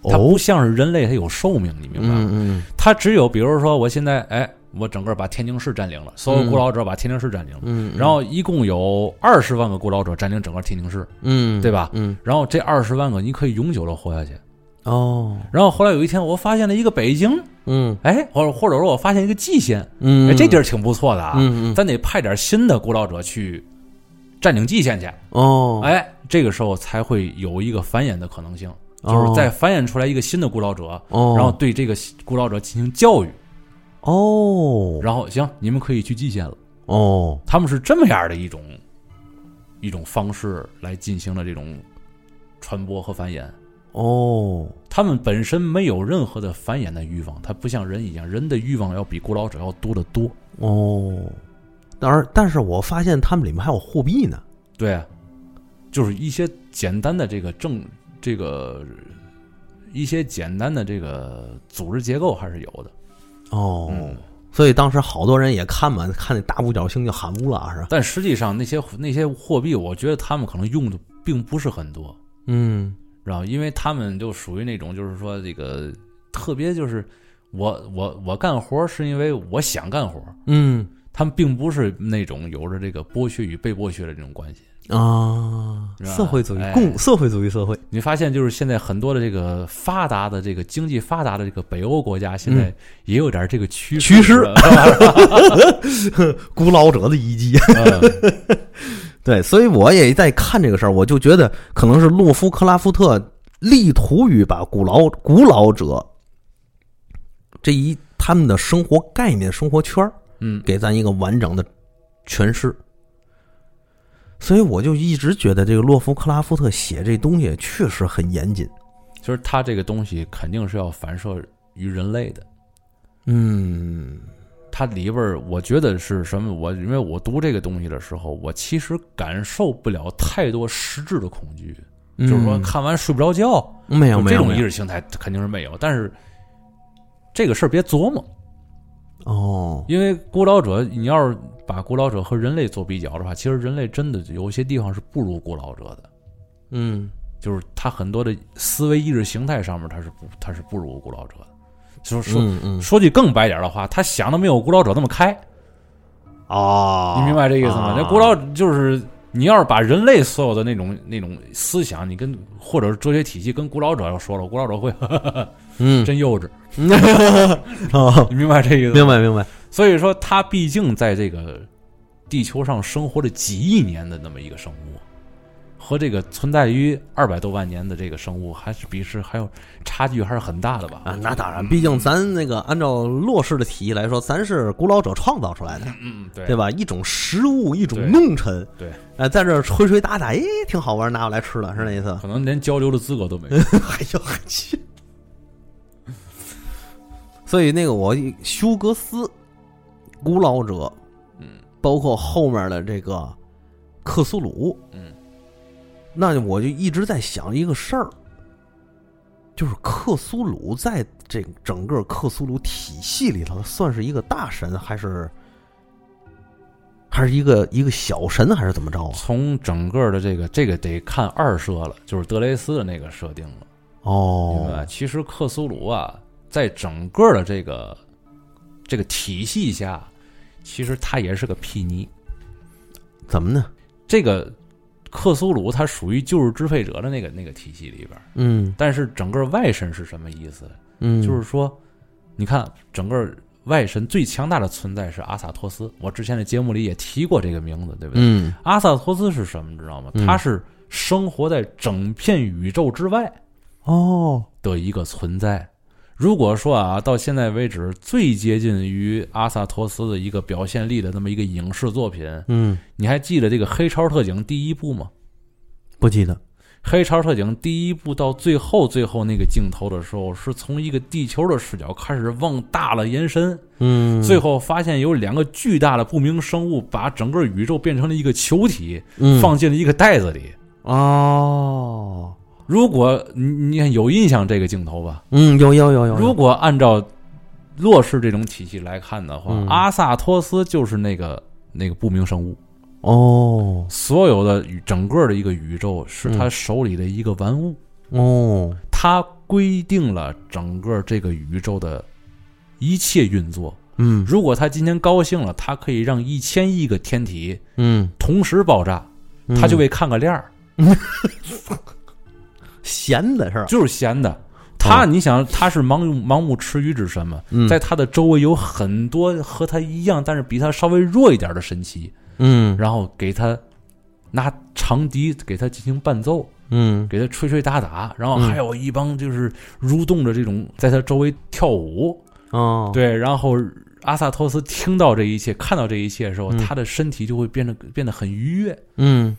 Speaker 2: 他
Speaker 1: 哦
Speaker 2: 不像是人类，他有寿命，你明白吗？
Speaker 1: 嗯
Speaker 2: 他只有比如说，我现在哎，我整个把天津市占领了，所有孤老者把天津市占领了，
Speaker 1: 嗯
Speaker 2: 然后一共有二十万个孤老者占领整个天津市，
Speaker 1: 嗯，
Speaker 2: 对吧
Speaker 1: 嗯，
Speaker 2: 然后这二十万个你可以永久的活下去。
Speaker 1: 哦，
Speaker 2: 然后后来有一天，我发现了一个北京，
Speaker 1: 嗯
Speaker 2: 哎，或者或者说我发现一个蓟县，
Speaker 1: 嗯
Speaker 2: 哎，这地儿挺不错的啊，
Speaker 1: 嗯嗯
Speaker 2: 咱得派点新的孤老者去占领蓟县去，
Speaker 1: 哦，
Speaker 2: 哎，这个时候才会有一个繁衍的可能性，就是再繁衍出来一个新的孤老者，
Speaker 1: 哦，
Speaker 2: 然后对这个孤老者进行教育，
Speaker 1: 哦
Speaker 2: 然后行，你们可以去蓟县了。
Speaker 1: 哦
Speaker 2: 他们是这么样的一种一种方式来进行了这种传播和繁衍。
Speaker 1: 哦
Speaker 2: 他们本身没有任何的繁衍的欲望，它不像人一样，人的欲望要比古老者要多得多。
Speaker 1: 哦，当然，但是我发现他们里面还有货币呢。
Speaker 2: 对啊，就是一些简单的这个政这个一些简单的这个组织结构还是有的。
Speaker 1: 哦，
Speaker 2: 嗯
Speaker 1: 所以当时好多人也看嘛，看那大五角星就喊乌了，是吧？
Speaker 2: 但实际上那些那些货币，我觉得他们可能用的并不是很多。
Speaker 1: 嗯
Speaker 2: 然后因为他们就属于那种，就是说这个特别就是我我我干活是因为我想干活，
Speaker 1: 嗯
Speaker 2: 他们并不是那种有着这个剥削与被剥削的这种关系。
Speaker 1: 嗯啊，
Speaker 2: 是吧
Speaker 1: 社会主义
Speaker 2: 哎
Speaker 1: 共社会主义社会， [laughs]
Speaker 2: 你发现就是现在很多的这个发达的这个经济发达的这个北欧国家，现在也有点这个趋
Speaker 1: 嗯趋势
Speaker 2: 势了，是吧 [laughs]
Speaker 1: 古老者的遗迹。
Speaker 2: 嗯
Speaker 1: 对，所以我也在看这个事儿，我就觉得可能是洛夫克拉夫特力图于把古老古老者这一他们的生活概念、生活圈儿
Speaker 2: 嗯，
Speaker 1: 给咱一个完整的诠释。所以我就一直觉得这个洛夫克拉夫特写这东西确实很严谨。
Speaker 2: 就是它这个东西肯定是要反射于人类的。
Speaker 1: 嗯
Speaker 2: 它里边儿，我觉得是什么？我因为我读这个东西的时候，我其实感受不了太多实质的恐惧，就是说看完睡不着觉，
Speaker 1: 嗯没有
Speaker 2: 就
Speaker 1: 没
Speaker 2: 这
Speaker 1: 有
Speaker 2: 种
Speaker 1: 没
Speaker 2: 意
Speaker 1: 有
Speaker 2: 识形态肯定是没有。但是这个事儿别琢磨，
Speaker 1: 哦，
Speaker 2: 因为孤老者，你要是把孤老者和人类做比较的话，其实人类真的有些地方是不如孤老者的，
Speaker 1: 嗯
Speaker 2: 就是他很多的思维意识形态上面，他是不他是不如孤老者的。就是说、
Speaker 1: 嗯嗯
Speaker 2: 说句更白点儿的话，他想的没有孤老者那么开。
Speaker 1: 哦，
Speaker 2: 你明白这意思吗？
Speaker 1: 啊
Speaker 2: 那古老就是你要是把人类所有的那种那种思想，你跟或者是哲学体系跟古老者要说了，古老者会 [laughs] 呵呵呵
Speaker 1: 嗯
Speaker 2: 真幼稚，
Speaker 1: [laughs] 哦，
Speaker 2: 你明白这意思吗？
Speaker 1: 明白明白，
Speaker 2: 所以说，他毕竟在这个地球上生活了几亿年的那么一个生物，和这个存在于二百多万年的这个生物，还是比是还有差距还是很大的吧？
Speaker 1: 啊，那当然，毕
Speaker 2: 嗯
Speaker 1: 竟咱那个按照洛氏的体系来说，咱是古老者创造出来的，
Speaker 2: 嗯，对
Speaker 1: 对吧？一种食物，一
Speaker 2: 对
Speaker 1: 种弄臣，
Speaker 2: 对，
Speaker 1: 哎，在这儿吹吹打打，哎，挺好玩，拿我来吃了，是那意思？
Speaker 2: 可能连交流的资格都没有。
Speaker 1: 哎呦我去！
Speaker 2: [laughs]
Speaker 1: 所以那个我休格斯、古老者，
Speaker 2: 嗯，
Speaker 1: 包括后面的这个克苏鲁，
Speaker 2: 嗯，
Speaker 1: 那我就一直在想一个事儿，就是克苏鲁在这整个克苏鲁体系里头，算是一个大神还是还是一个一个小神，还是怎么着啊？
Speaker 2: 从整个的这个这个得看二设了，就是德雷斯的那个设定了。明白
Speaker 1: 哦
Speaker 2: 吧？，其实克苏鲁啊，在整个的这个这个体系下，其实它也是个睥睨。
Speaker 1: 怎么呢？
Speaker 2: 这个克苏鲁它属于旧日支配者的那个那个体系里边儿，
Speaker 1: 嗯
Speaker 2: 但是整个外神是什么意思？
Speaker 1: 嗯，
Speaker 2: 就是说，你看整个外神最强大的存在是阿萨托斯，我之前的节目里也提过这个名字，对不对？
Speaker 1: 嗯
Speaker 2: 阿萨托斯是什么？知道吗？
Speaker 1: 嗯
Speaker 2: 他是生活在整片宇宙之外。
Speaker 1: 哦
Speaker 2: 的一个存在。如果说啊，到现在为止最接近于阿萨托斯的一个表现力的那么一个影视作品，
Speaker 1: 嗯，
Speaker 2: 你还记得这个《黑超特警》第一部吗？
Speaker 1: 不记得
Speaker 2: 《黑超特警》第一部到最后最后那个镜头的时候，是从一个地球的视角开始往大了延伸，
Speaker 1: 嗯，
Speaker 2: 最后发现有两个巨大的不明生物把整个宇宙变成了一个球体，
Speaker 1: 嗯
Speaker 2: 放进了一个袋子里。
Speaker 1: 哦，
Speaker 2: 如果你你看有印象这个镜头吧？
Speaker 1: 嗯，有有有有，
Speaker 2: 如果按照洛氏这种体系来看的话，
Speaker 1: 嗯
Speaker 2: 阿萨托斯就是那个那个不明生物，
Speaker 1: 哦
Speaker 2: 所有的宇整个的一个宇宙是他
Speaker 1: 嗯
Speaker 2: 手里的一个玩物，
Speaker 1: 哦，
Speaker 2: 他规定了整个这个宇宙的一切运作。
Speaker 1: 嗯
Speaker 2: 如果他今天高兴了，他可以让一千亿个天体
Speaker 1: 嗯，
Speaker 2: 同时爆炸，
Speaker 1: 嗯
Speaker 2: 他就为看个亮儿，
Speaker 1: 闲的是吧？
Speaker 2: 就是闲
Speaker 1: 嗯
Speaker 2: 的。他，你想，他是盲目盲目吃鱼之神嘛？
Speaker 1: 嗯
Speaker 2: 在他的周围有很多和他一样，但是比他稍微弱一点的神奇，
Speaker 1: 嗯
Speaker 2: 然后给他拿长笛给他进行伴奏，
Speaker 1: 嗯
Speaker 2: 给他吹吹打打，然后
Speaker 1: 嗯
Speaker 2: 还有一帮就是蠕动着这种在他周围跳舞。
Speaker 1: 哦，，
Speaker 2: 对，然后阿萨托斯听到这一切，看到这一切的时候，
Speaker 1: 嗯
Speaker 2: 他的身体就会变得变得很愉悦。
Speaker 1: 嗯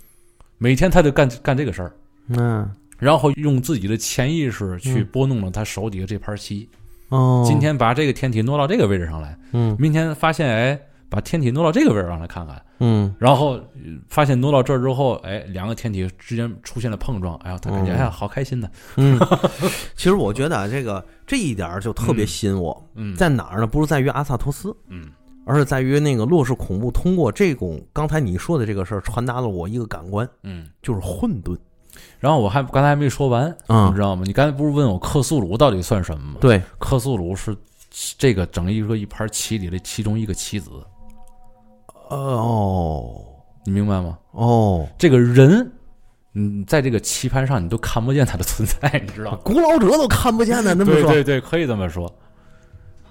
Speaker 2: 每天他就干干这个事儿，
Speaker 1: 嗯
Speaker 2: 然后用自己的潜意识去
Speaker 1: 嗯
Speaker 2: 拨弄了他手底下这盘棋。
Speaker 1: 哦，
Speaker 2: 今天把这个天体挪到这个位置上来。
Speaker 1: 嗯
Speaker 2: 明天发现哎，把天体挪到这个位置上来看看，
Speaker 1: 嗯
Speaker 2: 然后呃发现挪到这儿之后，哎，两个天体之间出现了碰撞，哎呀，他感觉
Speaker 1: 嗯
Speaker 2: 哎呀好开心呢，
Speaker 1: 嗯， [laughs] 其实我觉得啊，这个这一点儿就特别吸引我，
Speaker 2: 嗯，
Speaker 1: 在哪儿呢？不是在于阿萨托斯。
Speaker 2: 嗯
Speaker 1: 而是在于那个洛氏恐怖通过这种刚才你说的这个事儿，传达了我一个感官，
Speaker 2: 嗯。
Speaker 1: 就是混沌。
Speaker 2: 然后我还刚才还没说完，
Speaker 1: 嗯
Speaker 2: 你知道吗？你刚才不是问我克苏鲁到底算什么吗？，
Speaker 1: 对，
Speaker 2: 克苏鲁是这个整一个一盘棋里的其中一个棋子，
Speaker 1: 哦
Speaker 2: 你明白吗？
Speaker 1: 哦，
Speaker 2: 这个人，嗯，在这个棋盘上你都看不见他的存在， [laughs] 你知道吗？
Speaker 1: 古老者都看不见的，那么
Speaker 2: 对
Speaker 1: 说，
Speaker 2: 对对，可以这么说，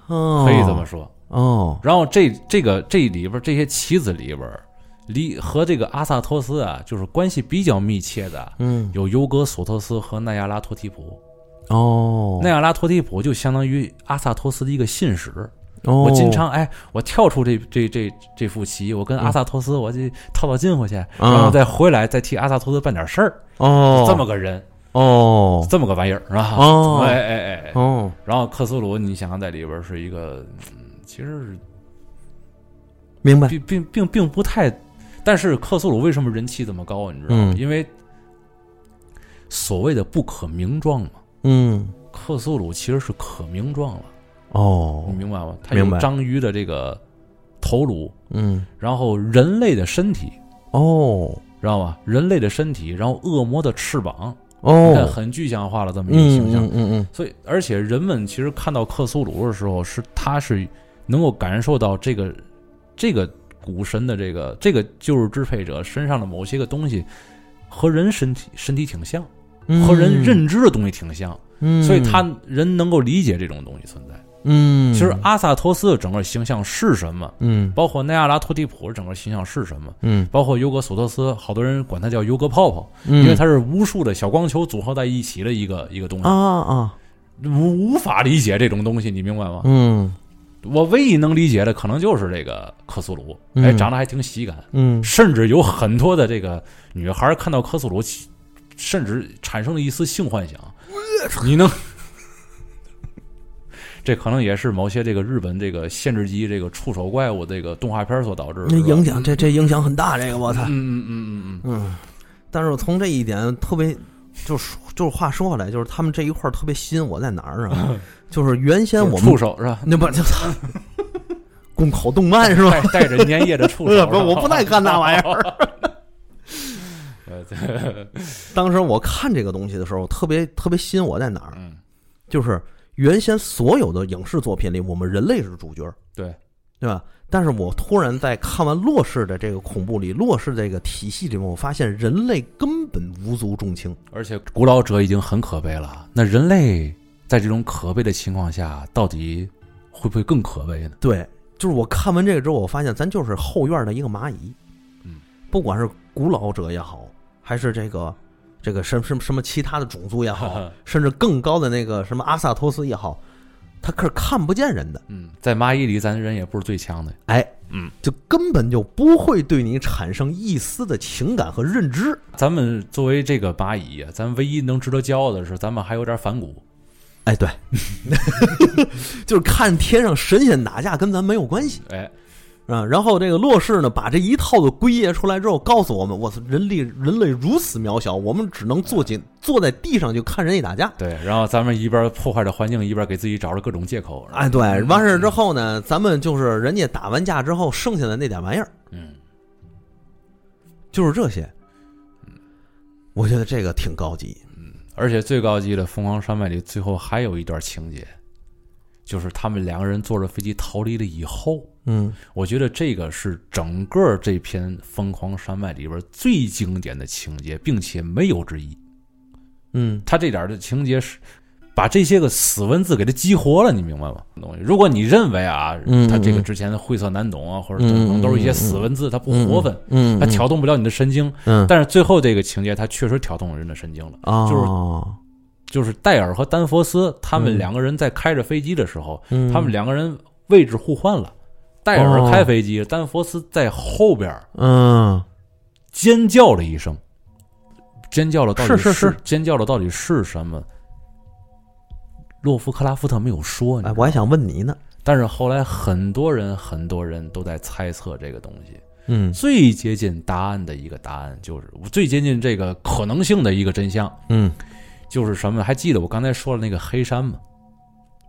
Speaker 1: 哦，
Speaker 2: 可以这么说。
Speaker 1: 哦，
Speaker 2: 然后这这个这里边这些棋子里边，离和这个阿萨托斯啊，就是关系比较密切的，
Speaker 1: 嗯，
Speaker 2: 有尤格索托斯和奈亚拉托提普。
Speaker 1: 哦，
Speaker 2: 奈亚拉托提普就相当于阿萨托斯的一个信使。
Speaker 1: 哦
Speaker 2: 我经常哎，我跳出这这这这副棋，我跟
Speaker 1: 嗯
Speaker 2: 阿萨托斯我去套套近乎去，然后再回来再替阿萨托斯办点事儿，
Speaker 1: 哦
Speaker 2: 这么个人，
Speaker 1: 哦
Speaker 2: 这么个玩意儿是吧？
Speaker 1: 哦
Speaker 2: [laughs] 哎哎哎哎，
Speaker 1: 哦，
Speaker 2: 然后克苏鲁，你想想在里边是一个，嗯，其实是
Speaker 1: 明白，
Speaker 2: 并并并并不太，但是克苏鲁为什么人气这么高？你知道吗？
Speaker 1: 嗯
Speaker 2: 因为所谓的不可名状嘛，
Speaker 1: 嗯，
Speaker 2: 克苏鲁其实是可名状了，
Speaker 1: 哦
Speaker 2: 你，明白吗？它
Speaker 1: 明
Speaker 2: 有
Speaker 1: 白
Speaker 2: 章鱼的这个头颅，
Speaker 1: 嗯，
Speaker 2: 然后人类的身体，
Speaker 1: 哦
Speaker 2: 知道吗？人类的身体，然后恶魔的翅膀，你看
Speaker 1: 哦，
Speaker 2: 很具象化了这么一个
Speaker 1: 嗯
Speaker 2: 形象。
Speaker 1: 嗯嗯嗯，
Speaker 2: 所以，而且人们其实看到克苏鲁的时候，是他是能够感受到这个这个古神的这个这个旧日支配者身上的某些个东西和人身体身体挺像，
Speaker 1: 嗯
Speaker 2: 和人认知的东西挺像，
Speaker 1: 嗯
Speaker 2: 所以他人能够理解这种东西存在。
Speaker 1: 嗯，
Speaker 2: 其实阿萨托斯的整个形象是什么，
Speaker 1: 嗯
Speaker 2: 包括奈亚拉托地普的整个形象是什么，
Speaker 1: 嗯，
Speaker 2: 包括尤格索托斯，好多人管它叫尤格泡泡，
Speaker 1: 因
Speaker 2: 因为它是无数的小光球组合在一起的一个一个东西
Speaker 1: 啊，啊，
Speaker 2: 无无法理解这种东西，你明白吗？
Speaker 1: 嗯
Speaker 2: 我唯一能理解的可能就是这个克苏鲁，
Speaker 1: 嗯
Speaker 2: 哎，长得还挺喜感，
Speaker 1: 嗯
Speaker 2: 甚至有很多的这个女孩看到克苏鲁，其甚至产生了一丝性幻想。你能， [laughs] 这可能也是某些这个日本这个限制级这个触手怪物这个动画片所导致的。
Speaker 1: 那
Speaker 2: 是吧
Speaker 1: 影响这这影响很大，这个我操
Speaker 2: 嗯，嗯嗯嗯嗯，
Speaker 1: 嗯，但是我从这一点特别，就是就是话说回来，就是他们这一块儿特别吸引我在哪儿
Speaker 2: [laughs]
Speaker 1: 啊？就是原先我
Speaker 2: 就是
Speaker 1: 们
Speaker 2: 触手是吧？
Speaker 1: 那不 [laughs] 就宫口动漫是吧？
Speaker 2: 带带着粘液的 [laughs] 触手，
Speaker 1: [laughs]
Speaker 2: 哦
Speaker 1: 不是，我不太看那玩意儿。
Speaker 2: 呃对
Speaker 1: [laughs] 当时我看这个东西的时候，特别特别吸引我在哪儿？
Speaker 2: 嗯，
Speaker 1: 就是原先所有的影视作品里，我们人类是主角，
Speaker 2: 对
Speaker 1: 对吧？但是我突然在看完洛氏的这个恐怖里，洛氏这个体系里面，我发现人类根本无足重轻。
Speaker 2: [laughs] 而且古老者已经很可悲了，那人类在这种可悲的情况下，到底会不会更可悲呢？
Speaker 1: 对，就是我看完这个之后，我发现咱就是后院的一个蚂蚁。
Speaker 2: 嗯，
Speaker 1: 不管是古老者也好，还是这个这个什什么什么其他的种族也
Speaker 2: [laughs] 哦
Speaker 1: 好，甚至更高的那个什么阿萨托斯也好，他可是看不见人的，
Speaker 2: 嗯，在蚂蚁里，咱人也不是最强的。
Speaker 1: 哎，
Speaker 2: 嗯，
Speaker 1: 就根本就不会对你产生一丝的情感和认知。
Speaker 2: 咱们作为这个蚂蚁，咱唯一能值得骄傲的是，咱们还有点反骨。
Speaker 1: 哎，对， [laughs] 就是看天上神仙打架跟咱没有关系
Speaker 2: 哎，
Speaker 1: 啊。然后这个洛氏呢，把这一套的归结出来之后，告诉我们：我操，人类人类如此渺小，我们只能坐紧坐在地上就看人家打架。
Speaker 2: 对，然后咱们一边破坏着环境，一边给自己找着各种借口。
Speaker 1: 哎，对，完事儿之后呢，咱们就是人家打完架之后剩下的那点玩意儿，
Speaker 2: 嗯，
Speaker 1: 就是这些。我觉得这个挺高级。
Speaker 2: 而且最高级的《疯狂山脉》里，最后还有一段情节，就是他们两个人坐着飞机逃离了以后，
Speaker 1: 嗯
Speaker 2: 我觉得这个是整个这篇《疯狂山脉》里边最经典的情节，并且没有之一。
Speaker 1: 嗯
Speaker 2: 他这点儿的情节是把这些个死文字给它激活了，你明白吗？东西，如果你认为啊
Speaker 1: 嗯，
Speaker 2: 他这个之前的晦涩难懂啊，或者
Speaker 1: 嗯
Speaker 2: 可能都是一些死文字，它不活泛，
Speaker 1: 嗯，
Speaker 2: 它挑动不了你的神经。
Speaker 1: 嗯
Speaker 2: 但是最后这个情节，它确实挑动了人的神经了。
Speaker 1: 啊，
Speaker 2: 就是就是戴尔和丹佛斯他
Speaker 1: 嗯
Speaker 2: 们两个人在开着飞机的时候，
Speaker 1: 嗯哦
Speaker 2: 他们两个人位置互换了，戴尔开飞机，丹佛斯在后边儿
Speaker 1: 嗯
Speaker 2: 尖叫了一声，尖叫了到底
Speaker 1: 是是是
Speaker 2: 尖叫了到底是什么？洛夫克拉夫特没有说，你知
Speaker 1: 哎
Speaker 2: 道，吗
Speaker 1: 我还想问你呢。
Speaker 2: 但是后来很多人很多人都在猜测这个东西。
Speaker 1: 嗯
Speaker 2: 最接近答案的一个答案就是最接近这个可能性的一个真相
Speaker 1: 嗯，
Speaker 2: 就是什么？还记得我刚才说了那个黑山吗？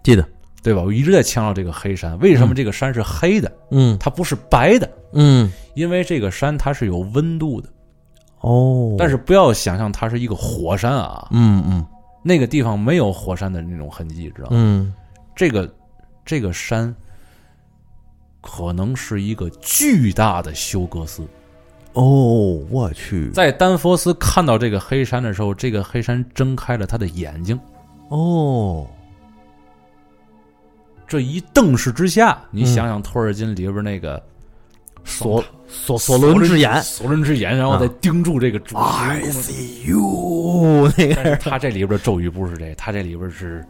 Speaker 1: 记得。
Speaker 2: 对吧？我一直在强调这个黑山，为什么这个山是黑的，
Speaker 1: 嗯
Speaker 2: 它不是白的？
Speaker 1: 嗯，
Speaker 2: 因为这个山它是有温度的，
Speaker 1: 哦，
Speaker 2: 但是不要想象它是一个火山啊，
Speaker 1: 嗯嗯
Speaker 2: 那个地方没有火山的那种痕迹，知道吗？
Speaker 1: 嗯
Speaker 2: 这个这个山可能是一个巨大的休格斯。
Speaker 1: 哦，我去，
Speaker 2: 在丹佛斯看到这个黑山的时候，这个黑山睁开了他的眼睛，
Speaker 1: 哦，
Speaker 2: 这一瞪视之下，你想想托尔金里边那个
Speaker 1: 索索哦索伦之眼啊
Speaker 2: 索伦之眼，然后再盯住这个主人公的
Speaker 1: ，see
Speaker 2: [laughs]
Speaker 1: you 那
Speaker 2: 但是他这里边的咒语不是这，他这里边是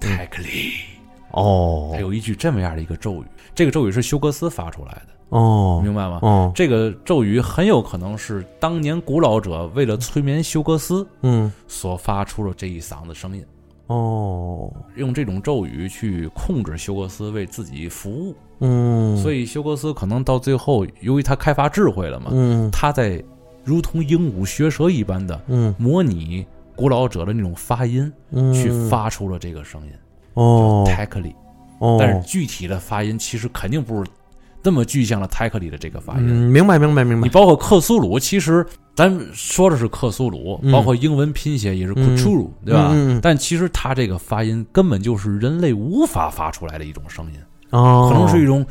Speaker 2: 泰克利，
Speaker 1: 嗯哦
Speaker 2: 他有一句这么样的一个咒语，这个咒语是休格斯发出来的，
Speaker 1: 哦
Speaker 2: 明白吗？
Speaker 1: 哦，
Speaker 2: 这个咒语很有可能是当年古老者为了催眠休格斯
Speaker 1: 嗯
Speaker 2: 所发出的这一嗓子声音，
Speaker 1: 哦，
Speaker 2: 用这种咒语去控制休格斯为自己服务，
Speaker 1: 嗯，
Speaker 2: 所
Speaker 1: 以
Speaker 2: 以休格斯可能到最后，由于他开发智慧了嘛，
Speaker 1: 嗯
Speaker 2: 他在如同鹦鹉学舌一般的
Speaker 1: 嗯
Speaker 2: 模拟古老者的那种发音，
Speaker 1: 嗯
Speaker 2: 去发出了这个声音。
Speaker 1: 哦
Speaker 2: 泰克里，
Speaker 1: 哦，
Speaker 2: 但是具体的发音其实肯定不是那么具象的泰克里的这个发音。
Speaker 1: 嗯，明白明白明白
Speaker 2: 你，包括克苏鲁，其实咱说的是克苏鲁，
Speaker 1: 嗯
Speaker 2: 包括英文拼写也是
Speaker 1: 嗯
Speaker 2: Cthulhu，对吧？
Speaker 1: 嗯嗯嗯
Speaker 2: 但其实它这个发音根本就是人类无法发出来的一种声音，
Speaker 1: 哦，
Speaker 2: 可能是一种，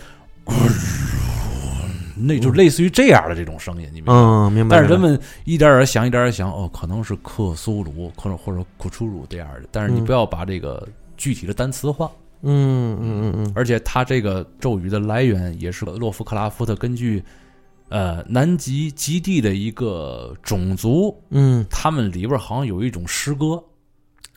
Speaker 2: 那就类似于这样的这种声音，你明白吗？
Speaker 1: 嗯明白，
Speaker 2: 但是人们一点点想，一点点想，哦，可能是克苏鲁，可能或者库楚鲁这样的。但是你
Speaker 1: 嗯
Speaker 2: 不要把这个具体的单词化，
Speaker 3: 嗯嗯嗯嗯，
Speaker 2: 而且它这个咒语的来源也是洛夫克拉夫特根据呃南极极地的一个种族，
Speaker 3: 嗯，
Speaker 2: 他们里边好像有一种诗歌，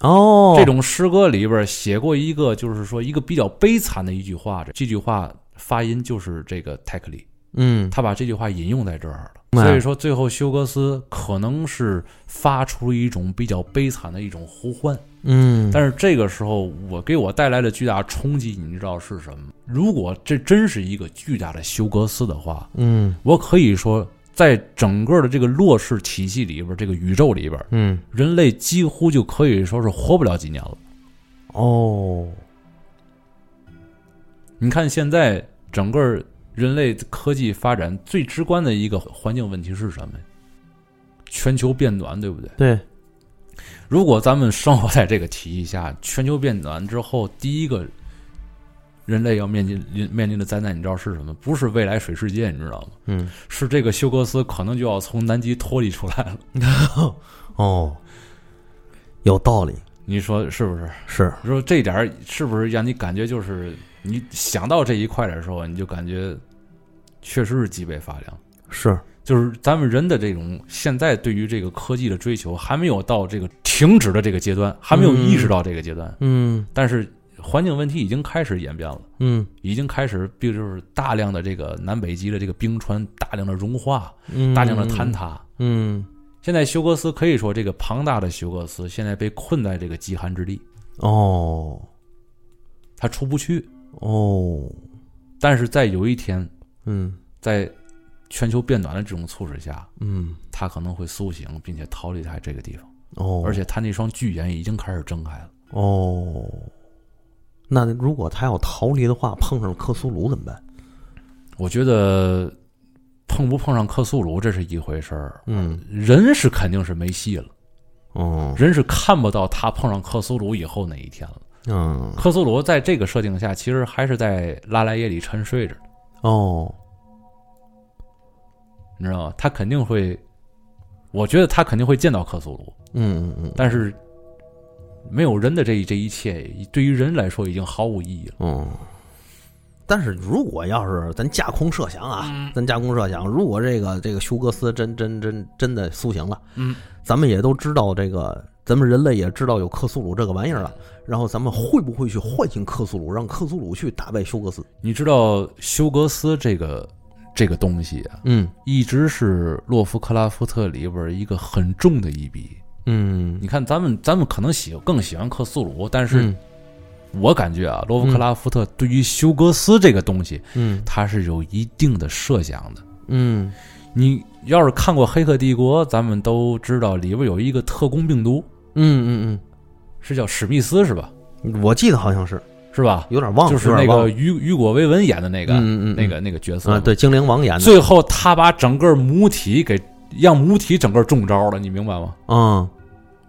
Speaker 3: 哦，
Speaker 2: 这种诗歌里边写过一个，就是说一个比较悲惨的一句话，这句话发音就是这个泰克里，
Speaker 3: 嗯，
Speaker 2: 他把这句话引用在这儿了。
Speaker 3: 明白
Speaker 2: 所以说，最后休格斯可能是发出了一种比较悲惨的一种呼唤，
Speaker 3: 嗯，
Speaker 2: 但是这个时候我给我带来的巨大冲击，你知道是什么吗？如果这真是一个巨大的休格斯的话，
Speaker 3: 嗯
Speaker 2: 我可以说，在整个的这个洛氏体系里边，这个宇宙里边，
Speaker 3: 嗯，
Speaker 2: 人类几乎就可以说是活不了几年了。
Speaker 3: 哦，
Speaker 2: 你看现在整个人类科技发展最直观的一个环境问题是什么呀？全球变暖，对不对？
Speaker 3: 对，
Speaker 2: 如果咱们生活在这个体系下，全球变暖之后，第一个人类要面临面临的灾难，你知道是什么？不是未来水世界，你知道吗？
Speaker 3: 嗯，
Speaker 2: 是这个休格斯可能就要从南极脱离出来了。
Speaker 1: 哦，有道理，
Speaker 2: 你说是不是？
Speaker 1: 是
Speaker 2: 你说这点儿是不是让你感觉就是你想到这一块的时候，你就感觉确实是脊背发凉。
Speaker 1: 是，
Speaker 2: 就是咱们人的这种现在对于这个科技的追求，还没有到这个停止的这个阶段，还没有意识到这个阶段。
Speaker 3: 嗯
Speaker 2: 但是环境问题已经开始演变了，
Speaker 3: 嗯
Speaker 2: 已经开始，比如就是大量的这个南北极的这个冰川大量的融化，
Speaker 3: 嗯，
Speaker 2: 大量的坍塌。
Speaker 3: 嗯，
Speaker 2: 现在休格斯可以说这个庞大的休格斯现在被困在这个极寒之地，
Speaker 1: 哦
Speaker 2: 他出不去。
Speaker 1: 哦，
Speaker 2: 但是在有一天，
Speaker 3: 嗯
Speaker 2: 在全球变暖的这种促使下，
Speaker 1: 嗯
Speaker 2: 他可能会苏醒，并且逃离他这个地方。
Speaker 1: 哦，
Speaker 2: 而且他那双巨眼已经开始睁开了。
Speaker 1: 哦，那如果他要逃离的话，碰上克苏鲁怎么办？
Speaker 2: 我觉得碰不碰上克苏鲁这是一回事儿，
Speaker 1: 嗯
Speaker 2: 人是肯定是没戏了，
Speaker 1: 哦
Speaker 2: 人是看不到他碰上克苏鲁以后那一天了。
Speaker 1: 嗯
Speaker 2: 克苏鲁在这个设定下，其实还是在拉莱耶里沉睡着的，
Speaker 1: 哦
Speaker 2: 你知道吗？他肯定会，我觉得他肯定会见到克苏鲁，
Speaker 1: 嗯嗯嗯
Speaker 2: 但是没有人的这一这一切，对于人来说已经毫无意义了。
Speaker 1: 哦。但是如果要是咱架空设想啊，咱架空设想，如果这个这个休格斯真真真真的苏醒了，
Speaker 2: 嗯，
Speaker 1: 咱们也都知道这个，咱们人类也知道有克苏鲁这个玩意儿了，然后咱们会不会去唤醒克苏鲁，让克苏鲁去打败休格斯？
Speaker 2: 你知道休格斯这个这个东西啊，
Speaker 1: 嗯
Speaker 2: 一直是洛夫克拉夫特里边一个很重的一笔。
Speaker 1: 嗯
Speaker 2: 你看，咱们咱们可能喜更喜欢克苏鲁，但是
Speaker 1: 嗯
Speaker 2: 我感觉啊，洛夫克拉夫特对于休格斯这个东西，
Speaker 1: 嗯
Speaker 2: 他是有一定的设想的。
Speaker 1: 嗯
Speaker 2: 你要是看过《黑客帝国》，咱们都知道里边有一个特工病毒，
Speaker 1: 嗯嗯
Speaker 2: 是叫史密斯是吧？
Speaker 1: 嗯，我记得好像是
Speaker 2: 是吧？
Speaker 1: 有点忘了，
Speaker 2: 就是
Speaker 1: 有
Speaker 2: 那
Speaker 1: 点忘了
Speaker 2: 个雨雨果·维文演的那
Speaker 1: 嗯
Speaker 2: 个、
Speaker 1: 嗯嗯
Speaker 2: 那个那个角色
Speaker 1: 啊，
Speaker 2: 嘛
Speaker 1: 对，精灵王演的，
Speaker 2: 最后他把整个母体给让母体整个中招了，你明白吗？
Speaker 1: 嗯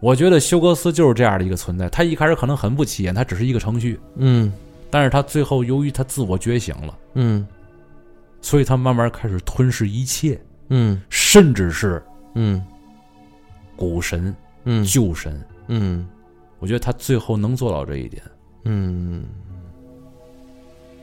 Speaker 2: 我觉得休格斯就是这样的一个存在，他一开始可能很不起眼，他只是一个程序，
Speaker 1: 嗯
Speaker 2: 但是他最后由于他自我觉醒了，
Speaker 1: 嗯
Speaker 2: 所以他慢慢开始吞噬一切，
Speaker 1: 嗯
Speaker 2: 甚至是
Speaker 1: 嗯
Speaker 2: 古神、
Speaker 1: 嗯
Speaker 2: 旧神。
Speaker 1: 嗯
Speaker 2: 我觉得他最后能做到这一点，
Speaker 1: 嗯，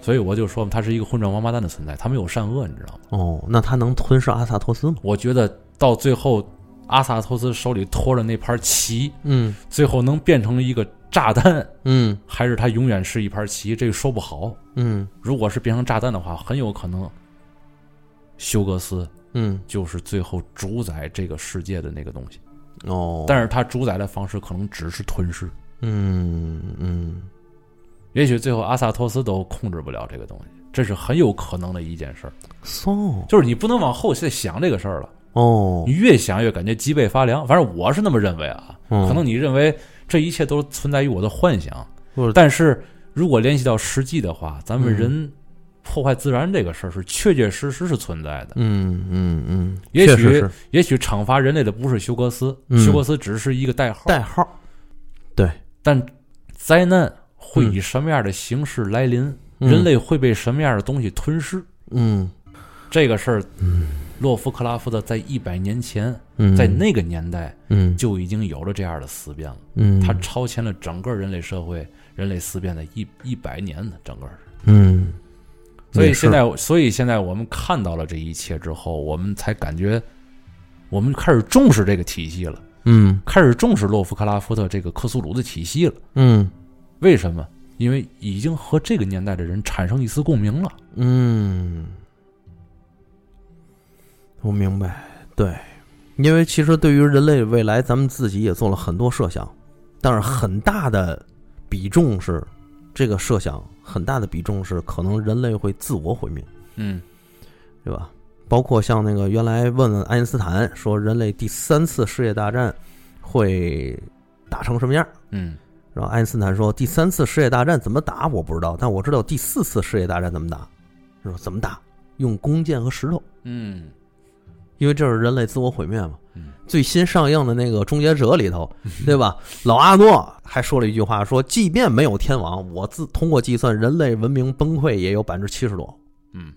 Speaker 2: 所以我就说嘛他是一个混账王八蛋的存在，他没有善恶，你知道吗？
Speaker 1: 哦，那他能吞噬阿萨托斯吗？
Speaker 2: 我觉得到最后，阿萨托斯手里托着那盘棋，
Speaker 1: 嗯
Speaker 2: 最后能变成一个炸弹，
Speaker 1: 嗯
Speaker 2: 还是他永远是一盘棋，这个说不好。
Speaker 1: 嗯
Speaker 2: 如果是变成炸弹的话，很有可能休格斯
Speaker 1: 嗯，
Speaker 2: 就是最后主宰这个世界的那个东西，
Speaker 1: 哦，
Speaker 2: 但是他主宰的方式可能只是吞噬，
Speaker 1: 嗯嗯
Speaker 2: 也许最后阿萨托斯都控制不了这个东西，这是很有可能的一件事儿。
Speaker 1: ，so
Speaker 2: 就是你不能往后再想这个事儿了，
Speaker 1: 哦
Speaker 2: 你，越想越感觉脊背发凉。反正我是那么认为啊，可
Speaker 1: 可
Speaker 2: 能你认为这一切都存在于我的幻想
Speaker 1: 不是，
Speaker 2: 但是如果联系到实际的话，咱
Speaker 1: 嗯
Speaker 2: 们人破坏自然这个事儿是确确实实是存在的。
Speaker 1: 嗯嗯嗯，
Speaker 2: 也
Speaker 1: 确
Speaker 2: 许
Speaker 1: 实是
Speaker 2: 也许惩罚人类的不是休格斯，
Speaker 1: 嗯
Speaker 2: 休格斯只是一个代号，
Speaker 1: 代号，
Speaker 2: 但灾难会以什么样的形式来临，
Speaker 1: 嗯
Speaker 2: 人类会被什么样的东西吞噬，
Speaker 1: 嗯
Speaker 2: 这个事儿洛夫克拉夫特在一百年前，
Speaker 3: 嗯，
Speaker 2: 在那个年代
Speaker 3: 嗯
Speaker 2: 就已经有了这样的思辨了，
Speaker 3: 嗯，
Speaker 2: 它超前了整个人类社会、人类思辨的一一百年的整个。
Speaker 3: 嗯
Speaker 2: 所以
Speaker 1: 也是
Speaker 2: 现在，所以现在我们看到了这一切之后，我们才感觉，我们开始重视这个体系了，
Speaker 3: 嗯
Speaker 2: 开始重视洛夫克拉夫特这个克苏鲁的体系了。
Speaker 3: 嗯
Speaker 2: 为什么？因为已经和这个年代的人产生一丝共鸣了。
Speaker 3: 嗯，我明白，
Speaker 1: 因为其实对于人类未来，咱们自己也做了很多设想，但是很大的比重是这个设想，很大的比重是可能人类会自我毁灭，
Speaker 2: 嗯
Speaker 1: 对吧？包括像那个原来问问爱因斯坦说，人类第三次世界大战会打成什么样？
Speaker 2: 嗯
Speaker 1: 然后爱因斯坦说，第三次世界大战怎么打我不知道，但我知道第四次世界大战怎么打。说怎么打？用弓箭和石头，
Speaker 2: 嗯
Speaker 1: 因为这是人类自我毁灭嘛。
Speaker 2: 嗯
Speaker 1: 最新上映的那个《终结者》里头，对吧？老阿诺还说了一句话，说即便没有天网，我自通过计算，人类文明崩溃也有百分之七十多。
Speaker 2: 嗯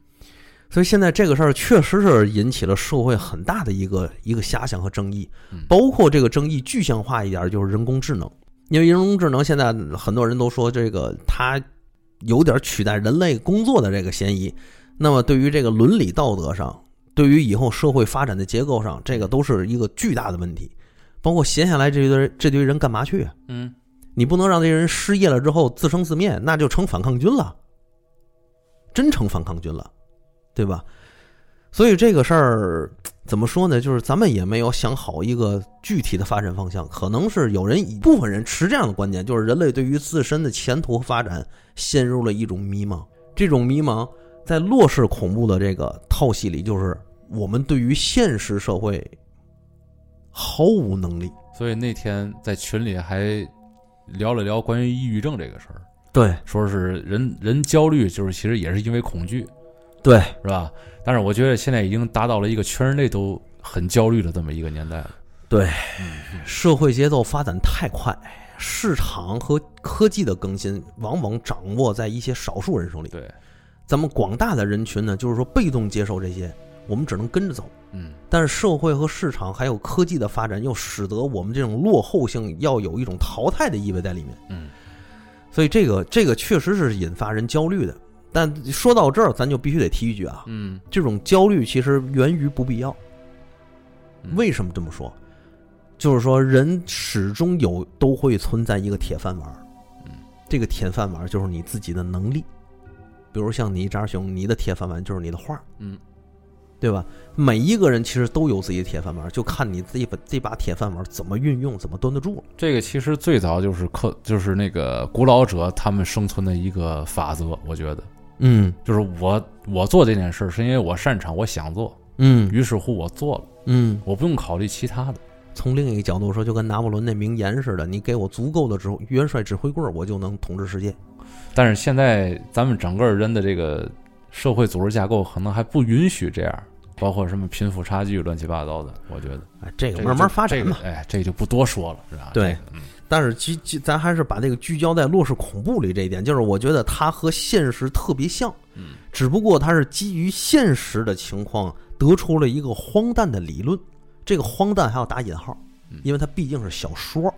Speaker 1: 所以现在这个事儿确实是引起了社会很大的一个一个遐想和争议
Speaker 2: 嗯，
Speaker 1: 包括这个争议具象化一点儿就是人工智能，因为人工智能现在很多人都说这个它有点取代人类工作的这个嫌疑，那么对于这个伦理道德上，对于以后社会发展的结构上，这个都是一个巨大的问题，包括闲下来这堆这堆人干嘛去啊？
Speaker 2: 嗯
Speaker 1: 你不能让这些人失业了之后自生自灭，那就成反抗军了，真成反抗军了，对吧？所以这个事儿怎么说呢？就是咱们也没有想好一个具体的发展方向，可能是有人一部分人持这样的观点，就是人类对于自身的前途和发展陷入了一种迷茫。这种迷茫在洛氏恐怖的这个套系里，就是我们对于现实社会毫无能力。
Speaker 2: 所以那天在群里还聊了聊关于抑郁症这个事儿，
Speaker 1: 对
Speaker 2: 说是人人焦虑就是其实也是因为恐惧，
Speaker 1: 对，
Speaker 2: 是吧？但是我觉得现在已经达到了一个全人类都很焦虑的这么一个年代了。
Speaker 1: 社会节奏发展太快，市场和科技的更新往往掌握在一些少数人手里。
Speaker 2: 对，
Speaker 1: 咱们广大的人群呢，就是说被动接受这些，我们只能跟着走。
Speaker 2: 嗯
Speaker 1: 但是社会和市场还有科技的发展，又使得我们这种落后性要有一种淘汰的意味在里面。
Speaker 2: 嗯
Speaker 1: 所以这个这个确实是引发人焦虑的。但说到这儿，咱就必须得提一句啊，
Speaker 2: 嗯，
Speaker 1: 这种焦虑其实源于不必要。
Speaker 2: 嗯
Speaker 1: 为什么这么说？就是说，人始终有都会存在一个铁饭碗儿
Speaker 2: 嗯，
Speaker 1: 这个铁饭碗儿就是你自己的能力。比如像你扎熊，你的铁饭碗就是你的画，
Speaker 2: 嗯，
Speaker 1: 对吧？每一个人其实都有自己的铁饭碗儿，就看你自己把这把铁饭碗儿怎么运用，怎么端得住了。
Speaker 2: 这个其实最早就是克，就是那个古老者他们生存的一个法则，我觉得
Speaker 1: 嗯
Speaker 2: 就是我我做这件事儿是因为我擅长，我想做，
Speaker 1: 嗯
Speaker 2: 于是乎我做了，
Speaker 1: 嗯。
Speaker 2: 我不用考虑其他的。
Speaker 1: 从另一个角度说，就跟拿破仑那名言似的，你给我足够的指挥元帅指挥棍儿，我就能统治世界。
Speaker 2: 但是现在咱们整个人的这个社会组织架构可能还不允许这样，包括什么贫富差距乱七八糟的，我觉得
Speaker 1: 哎，这
Speaker 2: 这
Speaker 1: 个
Speaker 2: 个
Speaker 1: 慢慢发展
Speaker 2: 这
Speaker 1: 嘛
Speaker 2: 个。哎，这就不多说了，是吧？
Speaker 1: 对
Speaker 2: 这个嗯
Speaker 1: 但是其其咱还是把这个聚焦在《落氏恐怖》里这一点，就是我觉得它和现实特别像，
Speaker 2: 嗯，
Speaker 1: 只不过它是基于现实的情况得出了一个荒诞的理论，这个荒诞还要打引号
Speaker 2: 嗯，
Speaker 1: 因为它毕竟是小说，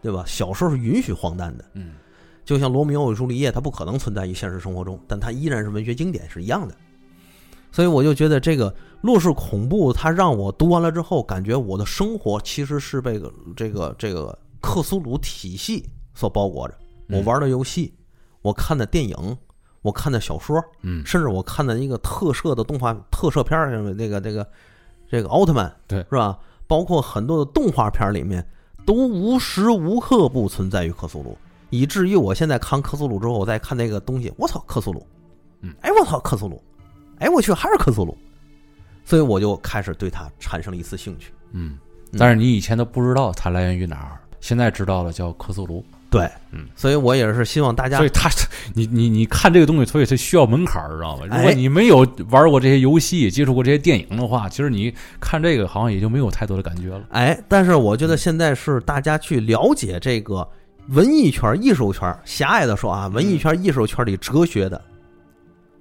Speaker 1: 对吧？小说是允许荒诞的，
Speaker 2: 嗯
Speaker 1: 就像罗密欧与朱丽叶，它不可能存在于现实生活中，但它依然是文学经典是一样的。所以我就觉得这个《洛氏恐怖》，它让我读完了之后，感觉我的生活其实是被个这个这个克苏鲁体系所包裹着。
Speaker 2: 嗯
Speaker 1: 我玩的游戏，我看的电影，我看的小说，
Speaker 2: 嗯，
Speaker 1: 甚至我看的一个特摄的动画特摄片儿，像那个这个这个奥特曼，
Speaker 2: 对
Speaker 1: 是吧？包括很多的动画片儿里面，都无时无刻不存在于克苏鲁，以至于我现在看克苏鲁之后，我再看那个东西，我操，克苏鲁，
Speaker 2: 嗯，
Speaker 1: 哎，我操，克苏鲁，哎，我去，还是克苏鲁，所以我就开始对它产生了一丝兴趣。
Speaker 2: 嗯，
Speaker 1: 嗯
Speaker 2: 但是你以前都不知道它来源于哪儿，现在知道了叫克苏鲁，
Speaker 1: 对，
Speaker 2: 嗯，
Speaker 1: 所以我也是希望大家
Speaker 2: 所以它你你你看这个东西，所以它需要门槛儿，知道吗？如果
Speaker 1: 哎
Speaker 2: 你没有玩过这些游戏，接触过这些电影的话，其实你看这个好像也就没有太多的感觉了。
Speaker 1: 哎，但是我觉得现在是大家去了解这个文艺圈、艺术圈，狭隘的说啊，文艺圈、艺术圈里哲学的、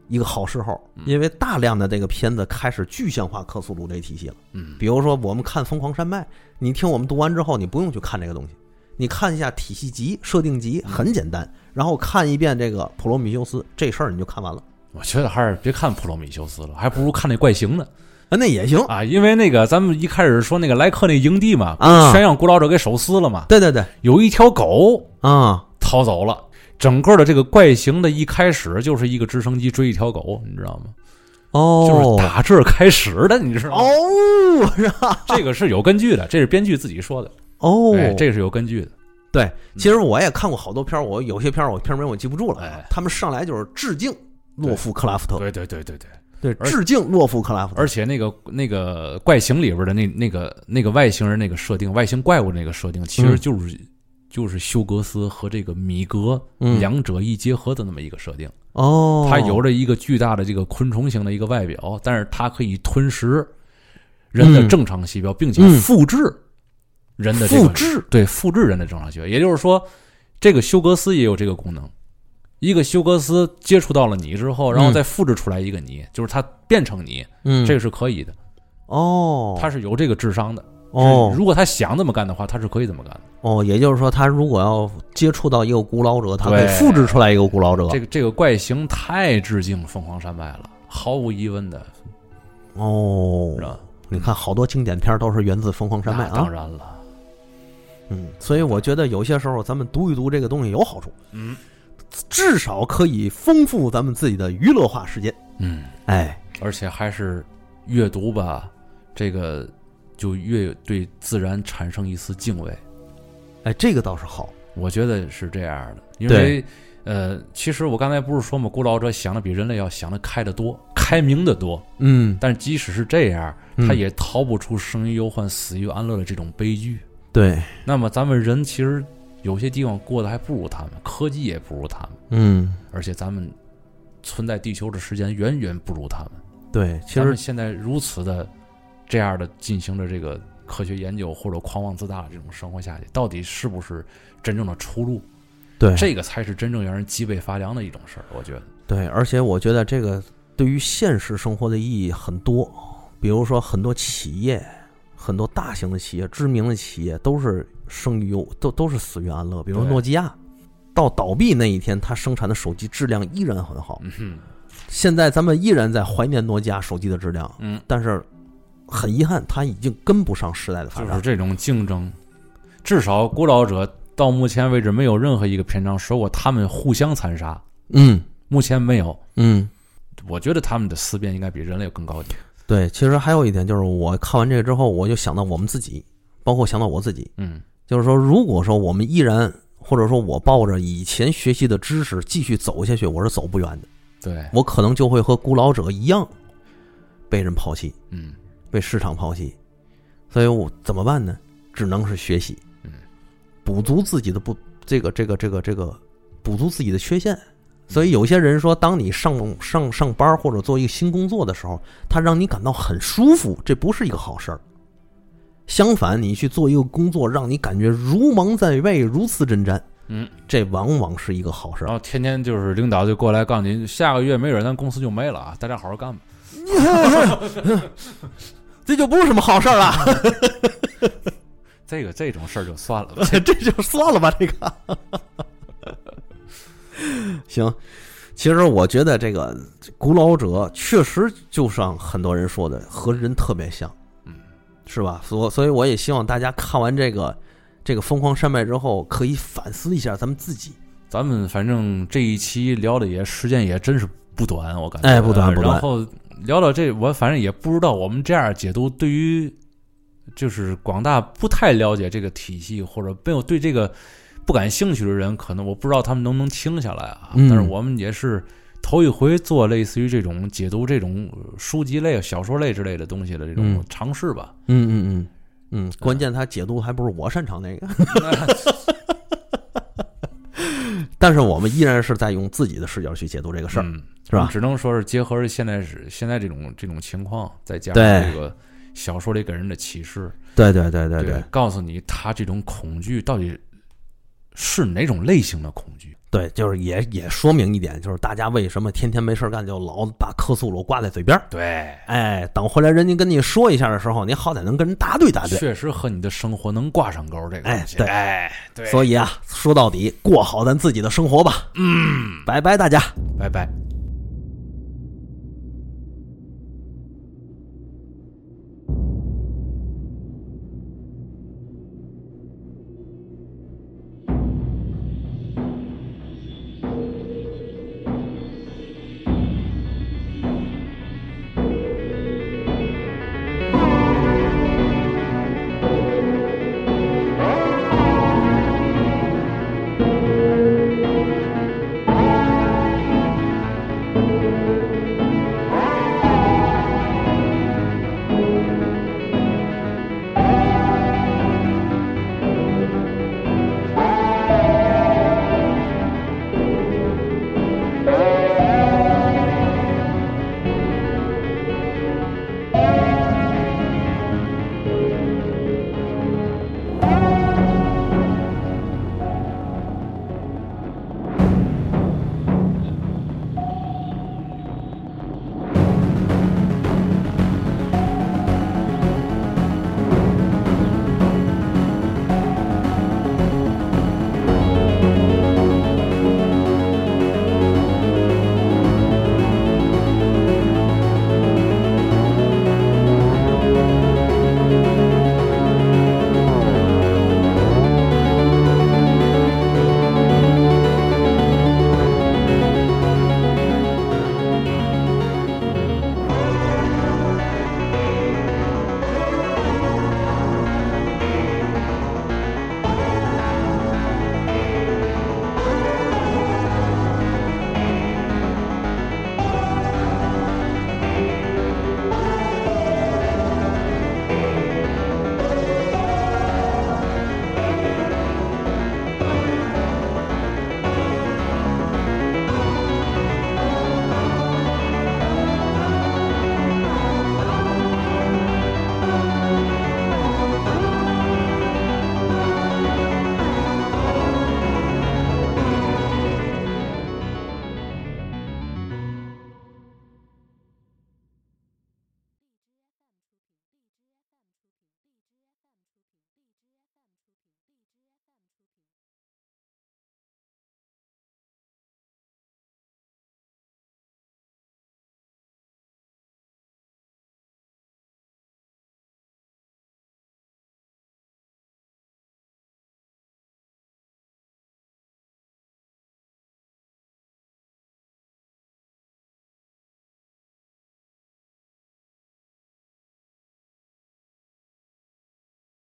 Speaker 1: 一个好时候
Speaker 2: 嗯，
Speaker 1: 因为大量的这个片子开始具象化克苏鲁这体系了。
Speaker 2: 嗯
Speaker 1: 比如说我们看《疯狂山脉》，你听我们读完之后，你不用去看这个东西，你看一下体系集、设定集，很简
Speaker 2: 嗯
Speaker 1: 单。然后看一遍这个《普罗米修斯》，这事儿你就看完了。
Speaker 2: 我觉得还是别看《普罗米修斯》了，还不如看那怪形呢
Speaker 1: 啊，那也行。
Speaker 2: [laughs] 啊！因为那个咱们一开始说那个莱克那营地嘛，
Speaker 1: 啊
Speaker 2: 全让古老者给手撕了嘛，
Speaker 1: 对对对，
Speaker 2: 有一条狗
Speaker 1: 啊，
Speaker 2: 逃走了。整个的这个怪形的一开始就是一个直升机追一条狗，你知道吗？
Speaker 1: 哦，
Speaker 2: 就是打这儿开始的，你知道吗？
Speaker 1: 哦， [laughs] 是吧？
Speaker 2: 这个是有根据的，这是编剧自己说的，
Speaker 1: 哦，
Speaker 2: 哎，这是有根据的。
Speaker 1: 对，
Speaker 2: 嗯
Speaker 1: 其实我也看过好多片儿，我有些片儿我片名我记不住了啊
Speaker 2: 哎，
Speaker 1: 他们上来就是致敬洛夫克拉夫特，
Speaker 2: 对对对对对，
Speaker 1: 对，
Speaker 2: 而
Speaker 1: 致敬洛夫克拉夫特，
Speaker 2: 而且那个那个怪形里边的那那个那个外星人那个设定，外星怪物那个设定，其
Speaker 1: 嗯
Speaker 2: 实就是、就是休格斯和这个米格
Speaker 1: 嗯
Speaker 2: 两者一结合的那么一个设定。
Speaker 1: 哦，
Speaker 2: 它有着一个巨大的这个昆虫型的一个外表，但是它可以吞食人的
Speaker 1: 嗯
Speaker 2: 正常细胞，并且
Speaker 1: 嗯
Speaker 2: 复制人的这个
Speaker 1: 复制，
Speaker 2: 对复制人的正常细胞。也就是说，这个休格斯也有这个功能。一个休格斯接触到了你之后，然后
Speaker 1: 嗯
Speaker 2: 再复制出来一个你，就是它变成你，
Speaker 1: 嗯，
Speaker 2: 这个是可以的。
Speaker 1: 哦，
Speaker 2: 他是有这个智商的。
Speaker 1: 哦
Speaker 2: 如果他想这么干的话，他是可以这么干的。
Speaker 1: 哦，也就是说，他如果要接触到一个古老者，他可以
Speaker 2: 对
Speaker 1: 复制出来一个古老者，
Speaker 2: 这个这个怪形太致敬《疯狂山脉》了，毫无疑问的，
Speaker 1: 哦
Speaker 2: 是，吧？
Speaker 1: 你看好多经典片儿都是源自《疯狂山脉》
Speaker 2: 那当
Speaker 1: 啊，
Speaker 2: 然了，
Speaker 1: 嗯，所以我觉得有些时候咱们读一读这个东西有好处，
Speaker 2: 嗯
Speaker 1: 至少可以丰富咱们自己的娱乐化时间，
Speaker 2: 嗯，
Speaker 1: 哎，
Speaker 2: 而且还是阅读吧，这个就越对自然产生一丝敬畏。
Speaker 1: 哎，这个倒是好，
Speaker 2: 我觉得是这样的，因
Speaker 1: 对
Speaker 2: 为呃，其实我刚才不是说嘛，古老者想的比人类要想的开得多，开明的多。
Speaker 1: 嗯，
Speaker 2: 但即使是这样，他
Speaker 1: 嗯
Speaker 2: 也逃不出生于忧患，死于安乐的这种悲剧。
Speaker 1: 对，
Speaker 2: 那么咱们人其实有些地方过得还不如他们，科技也不如他们，
Speaker 1: 嗯，
Speaker 2: 而且咱们存在地球的时间远远不如他们。
Speaker 1: 对，其
Speaker 2: 咱们
Speaker 1: 实
Speaker 2: 现在如此的这样的进行着这个科学研究或者狂妄自大的这种生活下去，到底是不是真正的出路？
Speaker 1: 对
Speaker 2: 这个才是真正让人脊背发凉的一种事儿，我觉得。
Speaker 1: 对，而且我觉得这个对于现实生活的意义很多，比如说很多企业，很多大型的企业、知名的企业都是生于忧，都都是死于安乐。比如
Speaker 2: 对
Speaker 1: 诺基亚到倒闭那一天，它生产的手机质量依然很好。
Speaker 2: 嗯哼，
Speaker 1: 现在咱们依然在怀念诺基亚手机的质量，
Speaker 2: 嗯，
Speaker 1: 但是很遗憾，它已经跟不上时代的发
Speaker 2: 就
Speaker 1: 展
Speaker 2: 是。啊这种竞争，至少古老者到目前为止没有任何一个篇章说过他们互相残杀，
Speaker 1: 嗯
Speaker 2: 目前没有。
Speaker 1: 嗯，
Speaker 2: 我觉得他们的思辨应该比人类有更高级。
Speaker 1: 对。其实还有一点就是，我看完这个之后，我就想到我们自己，包括想到我自己。
Speaker 2: 嗯
Speaker 1: 就是说，如果说我们依然，或者说我抱着以前学习的知识继续走下去，我是走不远的。，
Speaker 2: 对，
Speaker 1: 我可能就会和古老者一样，被人抛弃，
Speaker 2: 嗯
Speaker 1: 被市场抛弃。所以我怎么办呢？只能是学习
Speaker 2: 嗯，
Speaker 1: 补足自己的不这个这个这个这个补足自己的缺
Speaker 2: 嗯
Speaker 1: 陷。所以有些人说，当你上上上班或者做一个新工作的时候，它让你感到很舒服，这不是一个好事儿。相反，你去做一个工作，让你感觉如芒在背，如此针毡，
Speaker 2: 嗯，哦
Speaker 1: 这往往是一个好事儿。
Speaker 2: 然后天天就是领导就过来告诉您，下个月没准咱公司就没了啊，大家好好干吧。
Speaker 1: 这就不是什么好事儿了，
Speaker 2: 这个这种事儿就算了吧。
Speaker 1: [laughs] 这就算了吧，这个。 [laughs] 行，其实我觉得这个古老者确实就像很多人说的，和人特别像，
Speaker 2: 嗯，
Speaker 1: 是吧？所所以我也希望大家看完这个这个《疯狂山脉》之后，可以反思一下咱们自己。
Speaker 2: 咱们反正这一期聊的也时间也真是不短，我感觉
Speaker 1: 哎不短不短
Speaker 2: 然后聊到这，我反正也不知道我们这样解读对于就是广大不太了解这个体系或者没有对这个不感兴趣的人，可能我不知道他们能不能听下来啊。
Speaker 1: 嗯
Speaker 2: 但是我们也是头一回做类似于这种解读这种书籍类、小说类之类的东西的这种
Speaker 1: 嗯
Speaker 2: 尝试
Speaker 1: [laughs]
Speaker 2: 吧。
Speaker 1: 嗯嗯嗯嗯，关键他解读还不是我擅长那个，但是我们依然是在用自己的视角去解读这个事儿，
Speaker 2: 嗯
Speaker 1: 是吧？
Speaker 2: 只能说是结合着现在是现在这种这种情况，再加上
Speaker 1: 对
Speaker 2: 这个小说里给人的启示，
Speaker 1: 对对对对对
Speaker 2: 告诉你他这种恐惧到底是哪种类型的恐惧，
Speaker 1: 对，就是也也说明一点，就是大家为什么天天没事儿干就老把克苏鲁挂在嘴边儿？
Speaker 2: 对，
Speaker 1: 哎，等回来人家跟你说一下的时候，你好歹能跟人答对答对。
Speaker 2: 确实和你的生活能挂上钩儿，这个
Speaker 1: 哎
Speaker 2: 东西
Speaker 1: 对
Speaker 2: 哎，对，
Speaker 1: 所以啊，说到底，过好咱自己的生活吧。嗯，拜拜，大家。
Speaker 2: 拜拜。